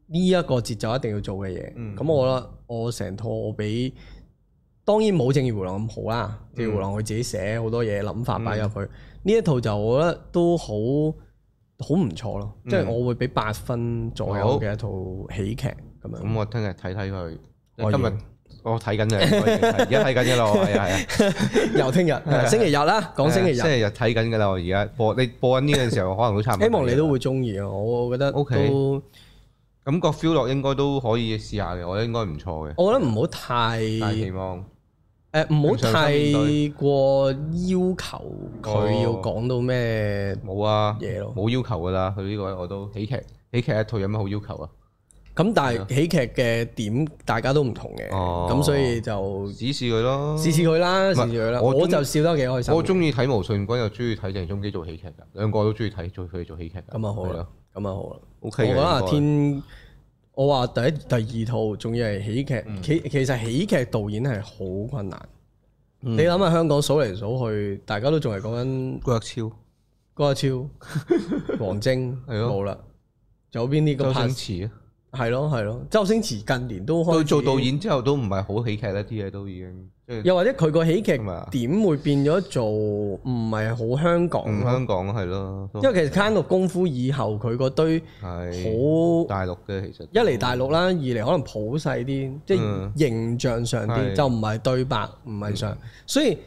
B: 呢一個節奏一定要做嘅嘢，
A: 嗯
B: 咁、我覺得我成套我俾當然冇《正義回廊》咁好啦，《正義回廊》佢自己寫好多嘢諗法擺入去，
A: 嗯
B: 呢、一套就我覺得都好好唔錯咯，
A: 嗯
B: 即係我會俾八分左
A: 好
B: 右嘅一套喜劇咁樣。
A: 咁我聽日睇睇佢，
B: 可以
A: 今日我睇緊嘅，我已經睇而家睇緊嘅啦，我係啊係啊。
B: 由聽日星期日啦，講星期
A: 啊星
B: 日，
A: 期日睇緊㗎啦，我而家播你播緊呢個時候，可能都差唔多。
B: 希望你都會中意啊！我覺得
A: OK
B: 都，
A: 感覺 feel 落應該都可以試下嘅，我覺得應該唔錯嘅。
B: 我覺得唔好太
A: 大期
B: 誒，
A: 望
B: 唔好
A: 平常心面對
B: 太過要求佢要
A: 哦
B: 講到咩
A: 冇啊，
B: 嘢咯。
A: 冇要求㗎啦。佢呢個我都喜劇喜劇一套有咩好要求啊？
B: 咁但係喜劇嘅點大家都唔同嘅，
A: 哦
B: 咁所以就
A: 指示佢咯。
B: 試試佢啦，
A: 係
B: 試試佢啦。
A: 我
B: 我
A: 中
B: 就笑得幾開心嘅。
A: 我中意睇毛舜筠，又中意睇鄭中基做喜劇㗎，兩個都中意睇做佢哋做喜劇㗎。
B: 咁啊好
A: 係
B: 啦
A: 咯，
B: 咁啊好啦。
A: ，OK 嘅。
B: 我覺得阿
A: 應該
B: 天，我話第一、第二套仲要係喜劇，其、其實喜劇導演係好困難。
A: 嗯
B: 你諗下香港數嚟數去，大家都仲係講緊
A: 郭超、
B: 郭超、 王晶，
A: 係咯
B: 冇啦。仲有邊啲
A: 周
B: 咁拍
A: 星？馳啊，
B: 係咯係咯，周星馳近年都開
A: 佢
B: 始
A: 做導，演之後都唔係好喜劇啦，啲嘢都已經即係
B: 又或者佢個喜劇
A: 係咪啊
B: 點會變咗做唔係好香港
A: 唔
B: 咯？
A: 香港係咯，都
B: 因為其實《卡 o 功夫》以後佢嗰堆
A: 係
B: 好。
A: 大陸嘅其實
B: 一嚟大陸啦，二嚟可能普世啲，即係
A: 嗯
B: 形象上啲，
A: 係嗯
B: 就唔係對白，唔係上，所以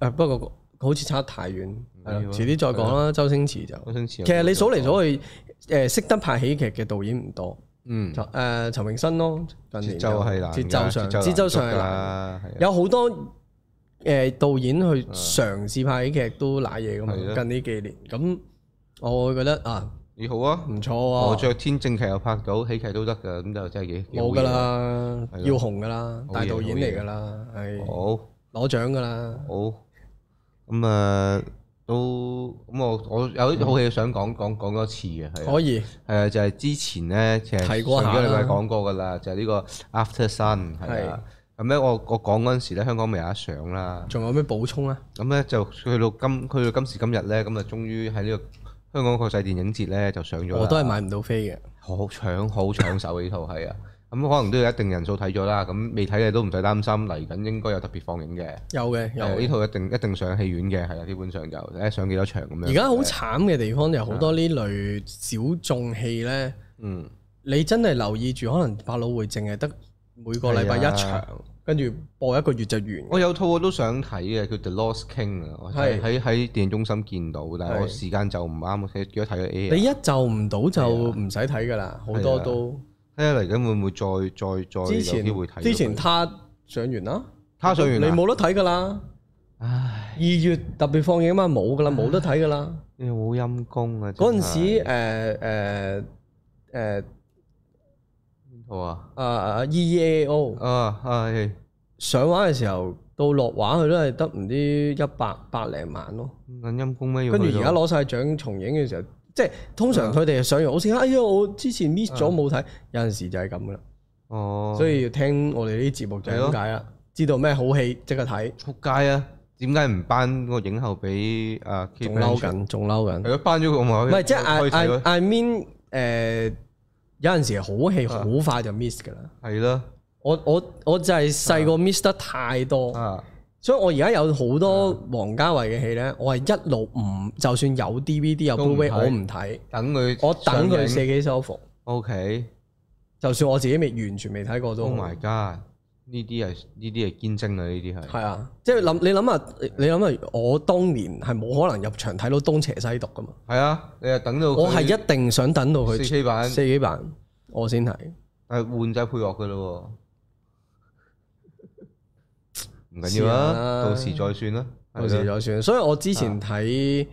B: 誒不過好似差得太遠，係啦
A: 緊要啊
B: 遲啲再講啦。周星馳就
A: 周星馳有
B: 其實你數嚟
A: 做過
B: 數去，誒識得拍喜劇嘅導演唔多，
A: 嗯
B: 就誒陳詠生咯，近年
A: 節奏係難㗎，
B: 節奏上節
A: 節
B: 奏
A: 奏
B: 上係
A: 難
B: 難，
A: 㗎係啊
B: 有好多誒導演去嘗試拍喜劇都賴嘢噶嘛，
A: 啊係啊
B: 近呢幾年咁，我會覺得啊
A: 你好啊！
B: 唔錯啊，
A: 我着天正劇又拍到，喜劇都得㗎，咁就真係幾幾好
B: 冇
A: 嘢
B: 噶。啦，
A: 係咯
B: 要紅噶啦，
A: 好嘢
B: 大導演嚟噶啦，係
A: 好，
B: 攞獎噶啦。
A: 好，咁啊都咁我我有
B: 嗯
A: 啲好嘢想講講講多次嘅係啊。
B: 可以
A: 係啊，就係之前咧，其實
B: 提過下啦
A: 上個禮拜講過㗎啦，就係呢個 After Sun 係啊。咁咧，我我講嗰陣時咧，香港未有得上啦。
B: 仲有咩補充啊？
A: 咁咧就去到今去到今時今日咧，咁啊，終於喺呢個香港國際電影節咧就上咗啦。
B: 我都係買唔到飛嘅，
A: 好搶好搶手呢套係啊！咁可能都有一定人數睇咗啦，咁未睇嘅都唔使擔心，嚟緊應該有特別放映嘅。
B: 有嘅有
A: 誒呢啊
B: 嘅。
A: 套一定一定上戲院嘅，係啊，基本上就睇下上幾多場咁樣。
B: 而家好慘嘅地方就係好多呢類小眾戲咧，
A: 嗯，
B: 你真係留意住，可能百老匯淨係得每個禮拜一
A: 係
B: 場
A: 啊，
B: 跟住播一個月就完。
A: 我有套我都想睇嘅，叫《The Lost King》啊，我喺
B: 係
A: 喺喺電影中心見到，但係
B: 係
A: 我時間就唔啱，我睇幾多睇咗 A 啊
B: 你一就唔到就唔使睇噶啦，好多
A: 係啊
B: 都
A: 睇下嚟緊會唔會再再再
B: 之
A: 有
B: 前
A: 機會睇到佢？
B: 之前他上完啦，
A: 他上完
B: 你
A: 啦
B: 冇得睇噶啦。
A: 唉，
B: 二月特別放映啊嘛，冇噶啦，冇得睇噶啦。
A: 你好陰公啊！
B: 嗰
A: 真
B: 陣
A: 係
B: 時誒誒
A: 邊套啊？
B: 誒啊 E A O
A: 啊係
B: 上畫嘅時候，到落畫佢都係得唔知一百百零萬咯。
A: 咁撚陰公咩？要
B: 跟住
A: 去到
B: 而家攞晒獎重影嘅時候，即係通常佢哋上完好先，哎呀我之前 miss
A: 嗯
B: 咗冇睇，有陣時就係咁噶啦。
A: 哦，
B: 所以要聽我哋呢啲節目就係咁解啦，知道咩好戲即刻睇，
A: 仆街啊！點解唔頒個影后俾啊？
B: 仲嬲，緊，仲嬲緊
A: 係。咯，頒咗個我
B: 唔係即係 I
A: 可以睇
B: I
A: 咯
B: I mean 誒，有陣時好戲
A: 啊
B: 好快就 miss 噶啦。
A: 係咯
B: 我我我就係細個 miss 得太多，
A: 啊，
B: 所以我而家有好多王家衞嘅戲咧，我係一路唔就算有 DVD 有
A: 都唔
B: Blu-ray
A: 睇
B: 我唔睇，
A: 等佢
B: 我等佢四 K 修復，
A: O K。
B: 就算我自己未完全未睇過都
A: Oh my god！呢啲係呢啲係堅精啊！呢啲係
B: 係啊，即係諗你諗下，你諗下我當年係冇可能入場睇到東邪西毒噶嘛，
A: 係啊！你又等到
B: 我係一定想等到
A: 四
B: 佢
A: K 版，
B: 四 K 版我先睇，
A: 但係換咗配樂嘅咯喎，唔緊要
B: 試下
A: 啊，
B: 啦
A: 到時再算啦。
B: 到時
A: 係咯啊
B: 再算。所以我之前睇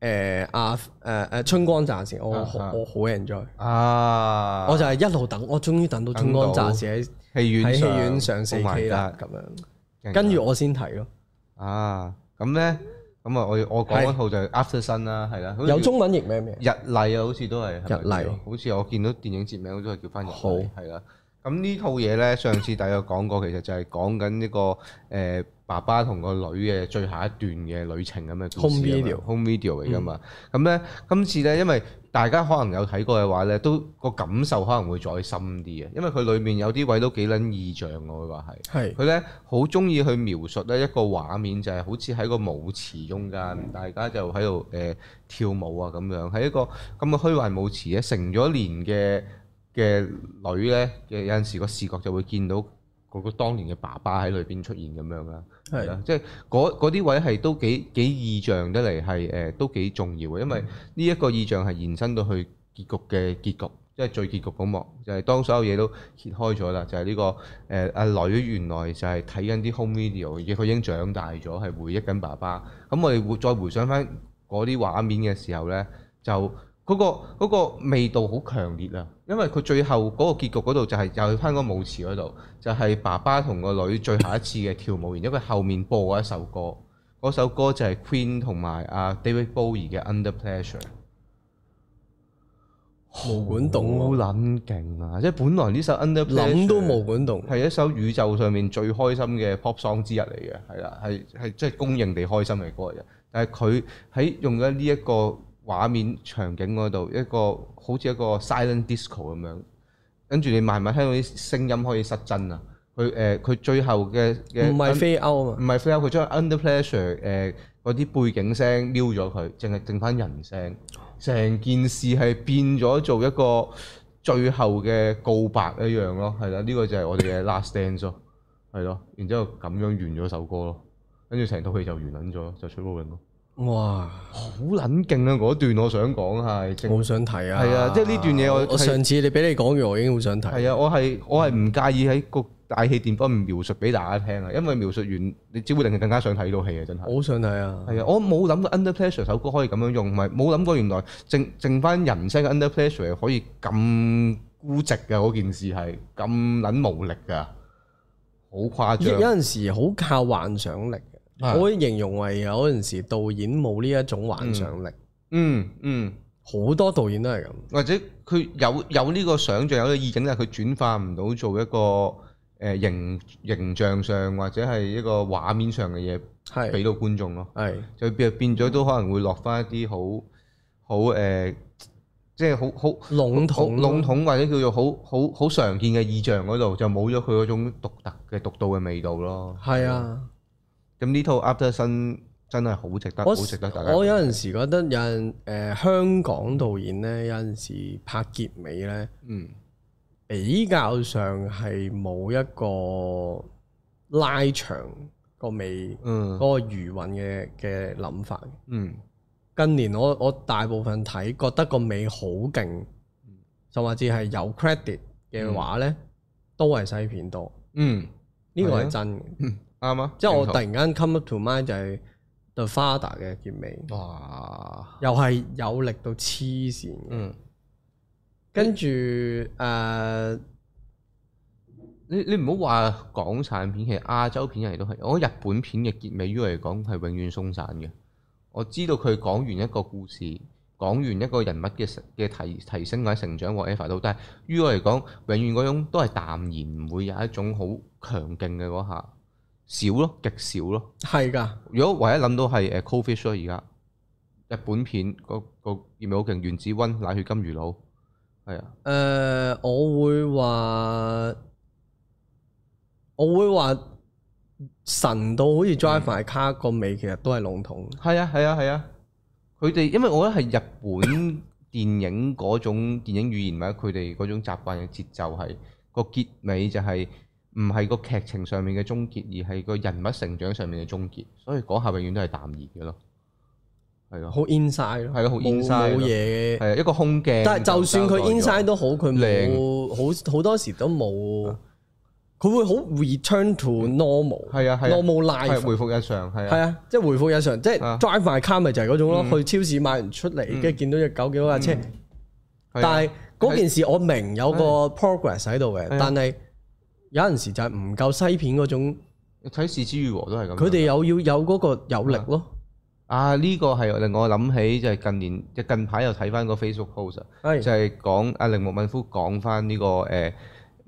B: 呃誒阿誒誒春光乍泄，我好
A: 啊啊
B: 我好 enjoy。
A: À, 啊，
B: 我就係一路等，我終於等到中安炸市喺
A: 戲院
B: 喺戲
A: 上
B: 院上四
A: Oh my
B: K 啦，
A: god，
B: 咁樣
A: 勁啊
B: 跟住我先睇咯，
A: 啊，咁咧，咁啊，我我講
B: 係
A: 嗰套就係 After Sun 啦，係啦，好似
B: 有中文譯咩咩？
A: 日麗啊，好似都係係咪
B: 日麗
A: 好似我見到電影節名都係叫翻日
B: 好
A: 麗，係啦。咁呢套嘢咧，上次大家講過，其實就係講緊呢個誒、呃爸爸同個女嘅最後一段嘅旅程咁嘅故事啊
B: Home
A: 嘛
B: video 嗯
A: home video 嚟噶嘛。咁咧、今次咧，因為大家可能有睇過嘅話咧，都個感受可能會再深啲啊嘅，因為佢裡面有啲位都幾撚意象嘅，我會話係。
B: 係
A: 佢咧好中意去描述咧一個畫面，就係、好似喺個舞池中間，大家就喺呃度誒跳舞啊咁樣，喺一個咁嘅虛幻舞池咧，成咗年嘅嘅女咧，有有陣時個視覺就會見到嗰個當年嘅爸爸喺裏邊出現咁樣啦，
B: 係
A: 啦，即係嗰嗰啲位係都幾幾意象得嚟，係誒都幾重要嘅，因為呢一個意象係延伸到去結局嘅結局，即係最結局嗰幕，就係、當所有嘢都揭開咗啦，就係、呢、個誒阿、女原來就係睇緊啲 home video，而佢已經長大咗，係回憶緊爸爸。咁我哋會再回想翻嗰啲畫面嘅時候咧，就嗰、個嗰個味道好強烈啊！因為佢最後嗰個結局嗰度就係又去翻個舞池嗰度，就係、爸爸同個女最後一次嘅跳舞，然之後佢後面播嗰一首歌，嗰首歌就係 Queen 同埋阿 David Bowie 嘅 Under Pressure。
B: 毛管
A: 好
B: 動喎，
A: 撚勁啊！即係本來呢首 Under
B: 啊諗都
A: Pressure
B: 毛管動。
A: 係一首宇宙上面最開心嘅 pop song 之一嚟嘅，係啦，係係即係公認地開心嘅歌嚟嘅。但係佢喺用咗呢一個畫面場景嗰度，一個好似一個 silent disco 咁樣，跟住你慢慢聽到啲聲音開始失真啊！佢誒佢最後嘅嘅
B: 唔係飛歐啊
A: 唔
B: 嘛，
A: 係 f l a 佢將 under pressure 誒、嗰啲背景聲撩咗佢，淨係剩翻人聲，成件事係變咗做一個最後嘅告白一樣咯，係啦，呢、個就係我哋嘅 last dance 咯，係咯，然之後咁樣完咗首歌咯，跟住成套戲就完撚咗，就吹波泳咯，
B: 哇！
A: 好撚勁啊！嗰段我想講係，
B: 我好
A: 淨
B: 想睇啊！
A: 係啊即係呢段嘢我
B: 我上次你俾你講完，我已經好想睇。
A: 係啊，我係我係唔介意喺個大氣電波描述俾大家聽啊，因為描述完你只會令佢更加想睇到戲啊，真係。
B: 我好想睇啊！
A: 係啊，我冇諗過 Under Pressure 首歌可以咁樣用，唔係冇諗過原來剩剩翻人聲嘅 Under Pressure 可以咁孤寂嘅嗰件事係咁撚無力㗎，好誇
B: 有
A: 張。
B: 陣時好靠幻想力
A: 係
B: 嘅，我可以形容為有陣時導演冇呢一種幻想力，
A: 嗯嗯，
B: 好多導演都係咁。
A: 或者佢有有呢個想像，有呢個意境，但係佢轉化唔到做一個誒、呃形形象上或者係一個畫面上嘅嘢俾
B: 係
A: 到觀眾咯。
B: 係
A: 就變變咗都可能會落翻一啲好好誒，即係好好。
B: 籠
A: 好
B: 統
A: 籠統或者叫做好好好常見嘅意象嗰度，就冇咗佢嗰種獨特嘅獨到嘅味道咯。
B: 係啊！
A: 咁呢套 After Sun 真係好值得，好
B: 我
A: 值得大家。
B: 我有陣時覺得有陣誒、香港導演咧，有陣時拍結尾咧
A: 嗯
B: 比較上係冇一個拉長個尾
A: 嗯
B: 嗰個餘韻嘅嘅諗法。
A: 嗯
B: 近年我我大部分睇覺得個尾好勁，甚至係有 credit 嘅話咧，都係西片多。
A: 嗯，
B: 呢個
A: 係啊
B: 係真嘅，
A: 啱啊！
B: 即係
A: 認
B: 我突
A: 同
B: 然間 come up to mind 就係 The Father 嘅結尾，
A: 哇，
B: 又係有力到黐線嘅。
A: 嗯，
B: 跟住誒，呃
A: 你你唔好話港產片，其實亞洲片嚟都係，我覺得日本片嘅結尾於我嚟講係永遠鬆散嘅。我知道佢講完一個故事，講完一個人物嘅成嘅提提升或者成長 whatever 都，但係於我嚟講，永遠嗰種都係淡然，唔會有一種好強勁嘅嗰下，少咯，極少咯。
B: 係㗎，
A: 如果唯一諗到係誒 Cold Fish 咯，而家日本片個個葉好勁，原子温奶血金魚佬，係啊，
B: 誒，呃我會話，我會話神到好似 Drive
A: 嗯
B: My Car 個尾，其實都係籠統。
A: 係啊，係啊，係啊。佢哋因為我覺得係日本電影嗰種電影語言或者佢哋嗰種習慣嘅節奏係個結尾就係唔係個劇情上面嘅終結，而係個人物成長上面嘅終結，所以嗰下永遠都係淡然嘅咯。係咯，
B: 好 inside 咯，
A: 係咯好
B: 冇
A: inside
B: 冇
A: 咯
B: 嘢。
A: 係啊一啊個空鏡。
B: 但係就算佢 inside 都好，佢冇
A: 靚
B: 好好多時都冇，佢會好 return to normal，
A: 係啊係啊
B: normal
A: 係
B: life，
A: 回復日常係啊，
B: 係啊，即係回復日常，即係
A: 啊嗯
B: drive my car 咪就係嗰種咯。去超市買完出嚟，跟住見到只狗幾多架車，
A: 係啊
B: 但係嗰件事我明有個 progress 喺度嘅
A: 係啊，
B: 但係有陣時就係唔夠西片嗰種，
A: 睇《是枝裕和》都係咁樣。
B: 佢哋有要有嗰個有力咯，
A: 啊呢個係令我諗起就係近年即係近排又睇翻個 Facebook post 啊。就
B: 係
A: 係講阿鈴木敏夫講翻呢個誒、呃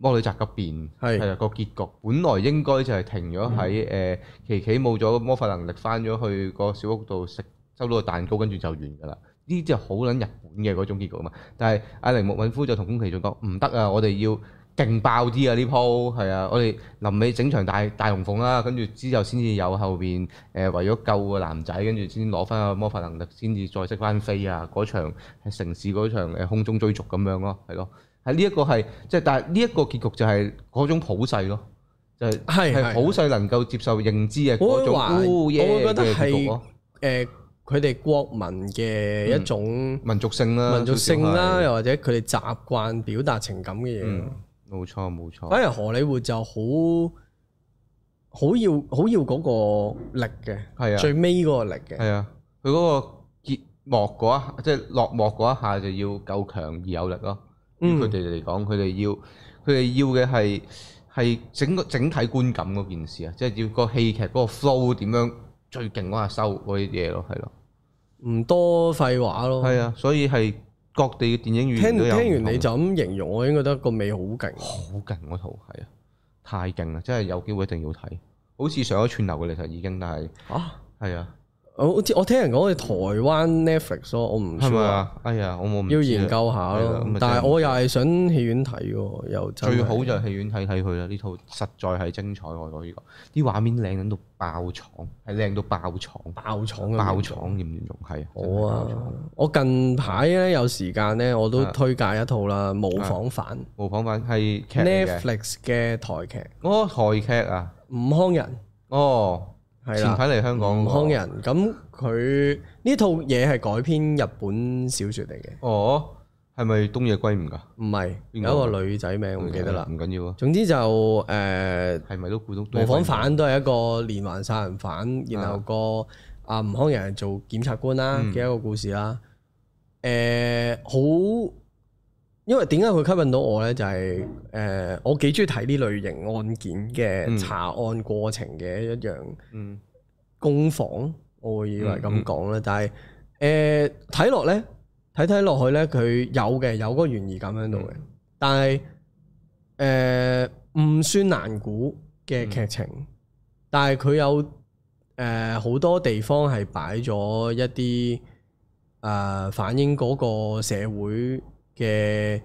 A: 魔女宅急便
B: 係
A: 係啊個結局，本來應該就係停咗喺誒琪琪冇咗魔法能力，翻咗去個小屋度食收到個蛋糕，跟住就完㗎啦。呢啲就好撚日本嘅嗰種結局啊嘛。但係阿鈴木敏夫就同宮崎駿講唔得啊，我哋要。勁爆啲啊！呢鋪係啊，我哋臨尾整場大大龍鳳啦，跟住之後先至有後邊誒、呃、為咗救個男仔，跟住先攞翻個魔呃法能力，先至再識翻飛啊！嗰場係城市嗰場誒空中追逐咁樣咯，係咯。係呢一個係即係，但係呢一個結局就係嗰種普世咯，就係
B: 係係
A: 係普世能夠接受認知嘅嗰種
B: 我會話
A: oh yeah
B: 我會覺得
A: 嘅結局咯
B: 誒呃佢哋國民嘅一種
A: 民族性啦，
B: 民族性
A: 嗯啊少
B: 啦，
A: 少係，
B: 又或者佢哋習慣表達情感嘅嘢咯。
A: 嗯，冇錯冇錯，
B: 反而荷里活就好好要好要嗰個力嘅，
A: 係啊
B: 最尾嗰個力嘅，
A: 係啊，佢嗰個結幕嗰一下，即係落幕嗰一下就要夠強而有力咯。於
B: 嗯
A: 佢哋嚟講，佢哋要佢哋要嘅係係整個整體觀感嗰件事啊，即係要個戲劇嗰個 flow 點樣最勁嗰下收嗰啲嘢咯，係咯，
B: 唔多廢話咯。
A: 係啊，所以係各地嘅電影語言
B: 聽
A: 都有唔同
B: 哦聽完你就咁形容，我已經覺得個尾好勁。
A: 好勁嗰套係啊，太勁啦！真係有機會一定要睇，好似上咗串流嘅其實已經，但係
B: 啊！
A: 係啊，
B: 我好似我聽人講係台灣 Netflix 咯，我唔
A: 係咪
B: sure
A: 啊？哎呀，我冇唔知啊
B: 要研究下
A: 係啦
B: 咯
A: 咁。咪
B: 但
A: 真
B: 係我又係想戲院睇喎，又真係
A: 最好就係戲院睇睇佢啦！呢套實在係精彩外國呢個，啲畫面靚到爆廠，係靚到爆廠，
B: 爆廠嘅
A: 爆
B: 面
A: 廠嚴唔嚴重？係啊，
B: 好啊！我近排咧有時間咧，我都
A: 啊
B: 推介一套啦，《模仿犯
A: 模仿版係劇嚟嘅，
B: Netflix 嘅台劇《
A: 哦台劇啊，
B: 吳康人
A: 哦》
B: 係
A: 前
B: 啦，
A: 排嚟香港
B: 吳
A: 嗰個
B: 康，人咁佢呢套嘢係改編日本小説嚟嘅，
A: 哦係咪東野圭吾㗎？
B: 唔係
A: 邊個
B: 有一個女仔名我唔記得啦。
A: 唔緊要啊，
B: 總之就誒、呃
A: 係咪都估到東
B: 模
A: 野圭吾
B: 仿犯都係一個連環殺人
A: 啊
B: 犯，然後個阿吳康人係做檢察官啦
A: 嗯
B: 嘅一個故事啦。誒、好，因為點解佢吸引到我咧？就係、誒、我幾中意睇呢類型案件
A: 嗯
B: 嘅查案過程嘅一樣
A: 嗯
B: 攻防，我會以為咁講啦。但係誒睇落咧，睇睇落去咧，佢有嘅有嗰個懸疑感喺度嘅，但係。誒唔算難估嘅劇情，但係佢有誒呃好、多地方係擺咗一啲誒、呃反映嗰個社會嘅誒、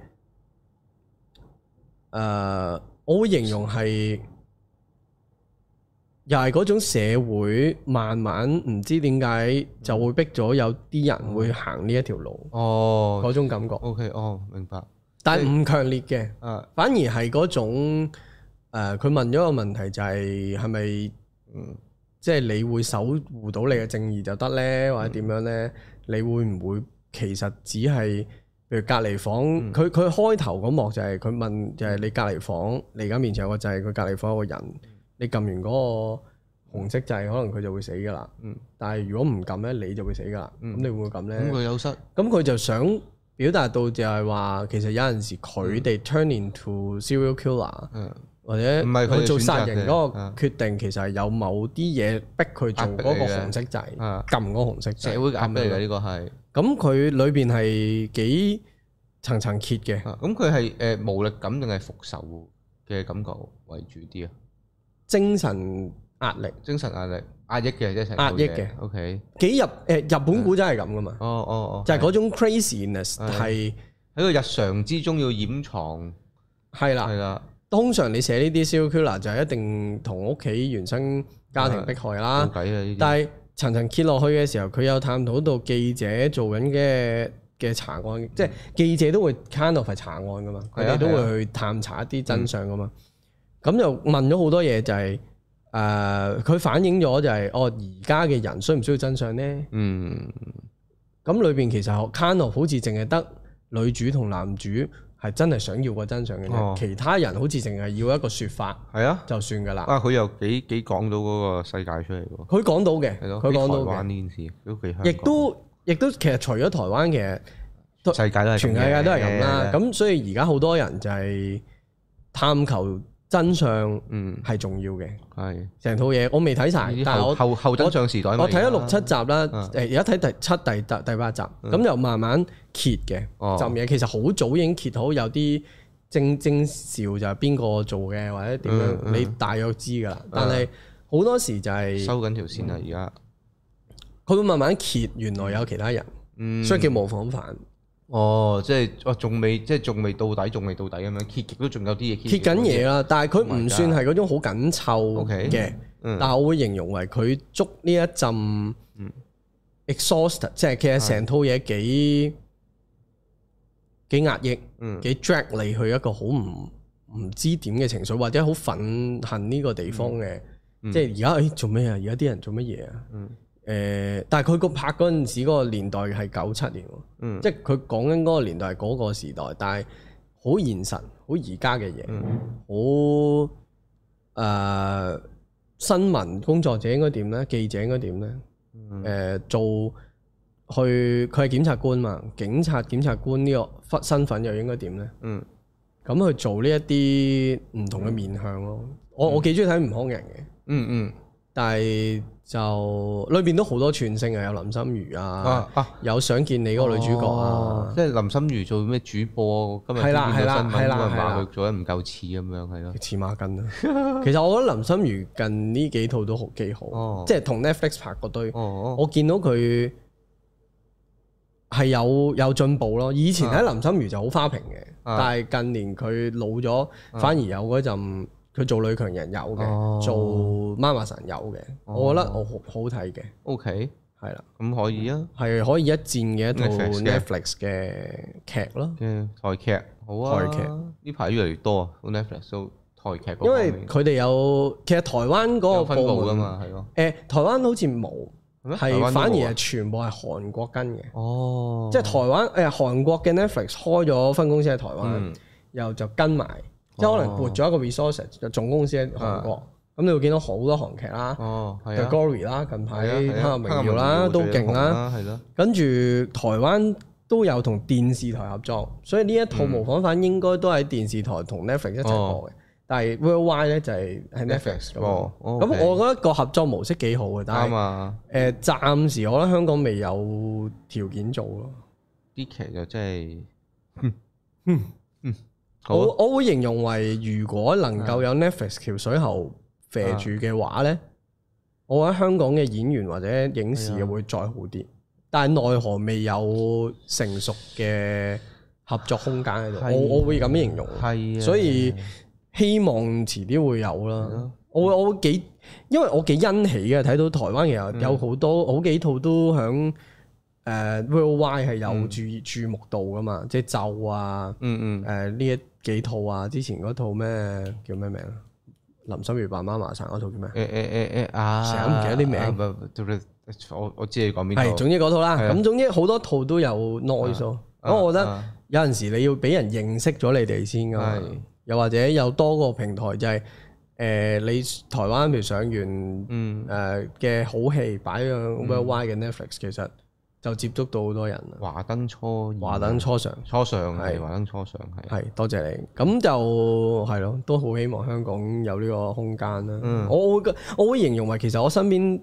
B: 呃我會形容係又係嗰種社會慢慢唔知點解就會逼咗有啲人會行呢一條路
A: 哦
B: 嗰種感覺，
A: ，OK 哦明白
B: 但係唔強烈嘅。
A: 啊
B: 反而係嗰種呃佢、問咗個問題就係係咪
A: 嗯
B: 即係你會守護到你嘅正義就得呢？
A: 嗯
B: 或者點樣呢？你會唔會其實只係譬如隔離房？
A: 嗯
B: 佢佢、開頭嗰幕就係佢問就係你隔離房，你而家面前有個掣，佢隔離房有個人，
A: 嗯
B: 你撳完嗰個紅色掣，可能佢就會死㗎啦。
A: 嗯
B: 但係如果唔撳呢，你就會死㗎啦。咁、
A: 嗯
B: 你會唔會撳呢？
A: 咁佢有失
B: 咁佢就想表達到就係話，其實有陣時佢哋 turn into serial killer
A: 嗯
B: 或者
A: 唔係佢哋
B: 去做
A: 選擇
B: 殺人嗰
A: 嘅
B: 個
A: 啊
B: 決定，其實係有某啲嘢逼佢做嗰個紅色掣，
A: 啊
B: 撳嗰個紅色掣，
A: 社會壓迫嚟嘅
B: 咁樣
A: 呢個係。
B: 咁佢裏邊係幾層層揭嘅，
A: 啊咁佢係誒無力感定係復仇嘅感覺為主啲啊？
B: 精神壓力
A: 精神壓力壓抑嘅一齊
B: 壓抑嘅
A: O K，
B: 幾日誒、日本古仔係咁噶嘛，
A: 哦哦哦，
B: 就係嗰種 craziness
A: 係
B: 係
A: 喺個日常之中要掩藏，
B: 係啦
A: 係。啦，
B: 通常你寫呢啲 serial killer 就一定同屋企原生家庭迫害啦
A: 冇。計啊呢啲。
B: 但係層層揭落去嘅時候，佢有探討到記者做緊嘅嘅查案，即係記者都會 kind of 係查案噶嘛，
A: 嗯係
B: 佢
A: 啊嗯
B: 哋都
A: 係啊
B: 會去探查一啲真相噶嘛。咁就問咗好多嘢，就係誒佢反映咗就係、哦而家嘅人需唔需要真相呢？
A: 嗯
B: 咁裏邊其實 kind of 好似淨係得女主同男主係真係想要個真相嘅啫，
A: 哦
B: 其他人好似淨係要一個説法
A: 係啊，
B: 就算㗎啦。
A: 啊佢又幾幾講到嗰個世界出嚟喎，
B: 佢講到嘅，
A: 係咯，
B: 佢講到
A: 喺台灣
B: 嘅，
A: 呢件事都幾香港，
B: 亦都亦都其實除咗台灣其實。都
A: 世界都係咁嘅啊
B: 全世界都係咁啦。咁所以而家好多人就係探求真相
A: 嗯
B: 係重要嘅，
A: 係呢
B: 成套嘢我未睇晒，
A: 啲
B: 但係
A: 後後
B: 我
A: 後真相時代，
B: 我睇咗六七，集啦，
A: 嗯
B: 誒而家睇第七、第第第八集，咁就慢慢揭嘅
A: 哦
B: 浸嘢。其實好早已經揭好有啲徵徵兆就係邊個做嘅或者點
A: 嗯
B: 樣，
A: 嗯
B: 你大約知㗎啦。但係好多時就係
A: 收緊條線啦而家，
B: 佢會慢慢揭，原來有其他人，
A: 嗯
B: 所以叫模仿犯。
A: 哦，即係哦，仲未即係仲未到底，仲未到底咁樣，揭極都仲有啲嘢
B: 揭緊嘢啦，但係
A: Oh my
B: 佢唔算係嗰種好緊湊
A: OK
B: 嘅，
A: 嗯嗯
B: 但係我會形容為佢捉呢一陣 exhaust，即係其實成套嘢幾幾壓抑，
A: 嗯
B: 幾 drag 你去一個好唔唔知點嘅情緒，或者好憤恨呢個地方嘅，即係而家誒做咩啊？而家啲人做乜嘢啊？
A: 嗯
B: 誒、但係佢個拍嗰陣時嗰個年代係九七年喎，
A: 嗯
B: 即係佢講緊嗰個年代係嗰個時代，但係好現實，好而家嘅嘢，好誒、呃新聞工作者應該點咧？記者應該點咧？
A: 嗯
B: 誒、做去佢係檢察官嘛，警察檢察官呢個忽身份又應該點咧？
A: 嗯
B: 咁去做呢一啲唔同嘅面向咯。我我幾中意睇吳康人嘅，
A: 嗯嗯
B: 但係就裏邊都好多串星啊，有林心如啊
A: 啊，啊
B: 有想見你嗰個女主角
A: 哦
B: 啊，
A: 即係林心如做咩主播，今日
B: 係啦
A: 見到
B: 係啦
A: 新聞，
B: 係啦
A: 咁人
B: 係
A: 話
B: 啦
A: 佢做得唔夠似咁樣，係咯。
B: 似孖筋啊。其實我覺得林心如近呢幾套都好幾好，
A: 哦
B: 即係同 Netflix 拍嗰堆。
A: 哦
B: 我見到佢係有有進步咯。以前喺林心如就好花瓶嘅，
A: 啊
B: 但係近年佢老咗，反而有嗰陣佢做女強人有嘅，
A: 哦
B: 做媽媽神有嘅。
A: 哦
B: 我覺得我好好睇嘅，
A: ，O K，
B: 係啦，
A: 咁可以啊
B: 係可以一戰嘅一套
A: Netflix 嘅
B: Netflix 嘅劇咯。
A: 嘅台劇，好啊，
B: 台劇
A: 呢排越嚟越多啊，Netflix 都台劇嗰
B: 因
A: 方
B: 為
A: 面，
B: 佢哋有其實台灣嗰個
A: 有分
B: 部
A: 佈
B: 門
A: 噶嘛，係咯，
B: 誒、台灣好似冇，
A: 係咩台灣
B: 係
A: 都
B: 反而
A: 冇啊
B: 係全部係韓國跟嘅。
A: 哦，
B: 即係台灣誒、哎韓國嘅 Netflix 開咗分公司喺台灣，
A: 嗯哦
B: 然後就跟埋，即係可能撥咗一個 resource 就總公司喺韓國，咁你會見到好多韓劇啦
A: 哦，啊係
B: ，The
A: 啊，
B: Glory 啦，近排
A: 係啊係
B: 《
A: 啊
B: 黑暗榮耀》啦都勁啦，，
A: 黑暗榮耀最紅係咯，
B: 跟住台灣都有同電視台合作，所以呢一套
A: 嗯
B: 模仿犯應該都喺電視台同 Netflix 一齊播嘅。但係 Worldwide 咧就係喺 Netflix
A: 哦 Netflix
B: 咁樣
A: 播，
B: 咁
A: ，OK
B: 我覺得個合作模式幾好嘅，但
A: 啱
B: 係
A: 啊，
B: 誒暫時我覺得香港未有條件做咯。
A: 啲劇就真係，嗯嗯，好啊嗯
B: 我我會形容為，如果能夠有 Netflix 橋水喉啡住嘅話呢，我覺得香港嘅演員或者影視
A: 啊
B: 會再好啲，但係奈何未有成熟嘅合作空間喺度，
A: 係啊
B: 我我會咁樣形容，
A: 係啊，
B: 所以希望遲啲會有啦
A: 咯。
B: 我會我會幾，因為我幾欣喜嘅，睇到台灣其
A: 嗯
B: 實有好多好幾套都響誒 Worldwide 係有注意注目到噶嘛，即係咒啊。
A: 嗯嗯
B: 誒呢一幾套啊，之前嗰套咩叫咩名啊？林心如扮媽麻神嗰套叫咩？
A: 誒誒誒誒啊，
B: 成日都唔記得啲名
A: 啊唔係我我知你講邊
B: 係，
A: 個，
B: 總之嗰套啦。
A: 係啊
B: 咁總之好多套都有 noise 咯。
A: 啊
B: 咁我覺得
A: 啊
B: 有陣時你要俾人認識咗你哋先噶嘛
A: 係。
B: 又或者有多個平台就係誒你台灣譬如上完
A: 嗯，
B: 誒嘅好戲擺喺 Worldwide 嘅 Netflix，其實就接觸到好多人啦。
A: 華燈初現
B: 華燈初上。
A: 初上
B: 係
A: 係華燈初上係。
B: 係，多謝你。咁就係咯，都好希望香港有呢個空間啦。
A: 嗯
B: 我會覺我會形容為其實我身邊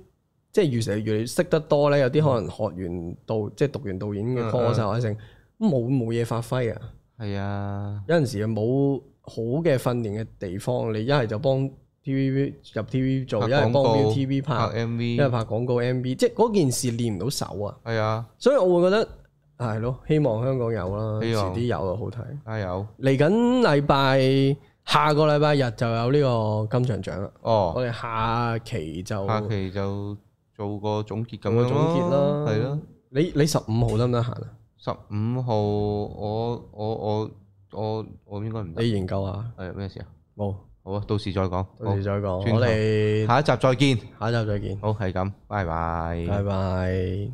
B: 即係越成越識得多咧，有啲可能學完導即係讀完導演嘅
A: 嗯
B: course 啊或者剩冇冇嘢發揮啊。
A: 係啊，
B: 有陣時冇好嘅訓練嘅地方，你一係就幫 TVB 入 TV 做，
A: 拍
B: 一係幫
A: 廣告
B: ViuTV 拍，
A: 拍 M
B: 一係
A: V
B: 拍廣告 MV，即係嗰件事練唔到手啊。
A: 係啊，
B: 所以我會覺得係咯，希望香港有啦，
A: 希望
B: 遲啲有就好睇。
A: 加油！
B: 嚟緊禮拜下個禮拜日就有呢個金像獎啦。
A: 哦，
B: 我哋下期就
A: 下期就做個總結咁
B: 做個
A: 樣
B: 總結啦。
A: 係咯，，
B: 你你十五號得唔得閒啊？
A: 十五號我我我我我應該唔得，
B: 你研究下，
A: 係咩事啊？
B: 冇，
A: 好啊，到時再講，
B: 到時再講。
A: 轉頭
B: 我哋
A: 好下一集再見。
B: 下一集再見，
A: 好，係咁，拜拜。
B: 拜拜。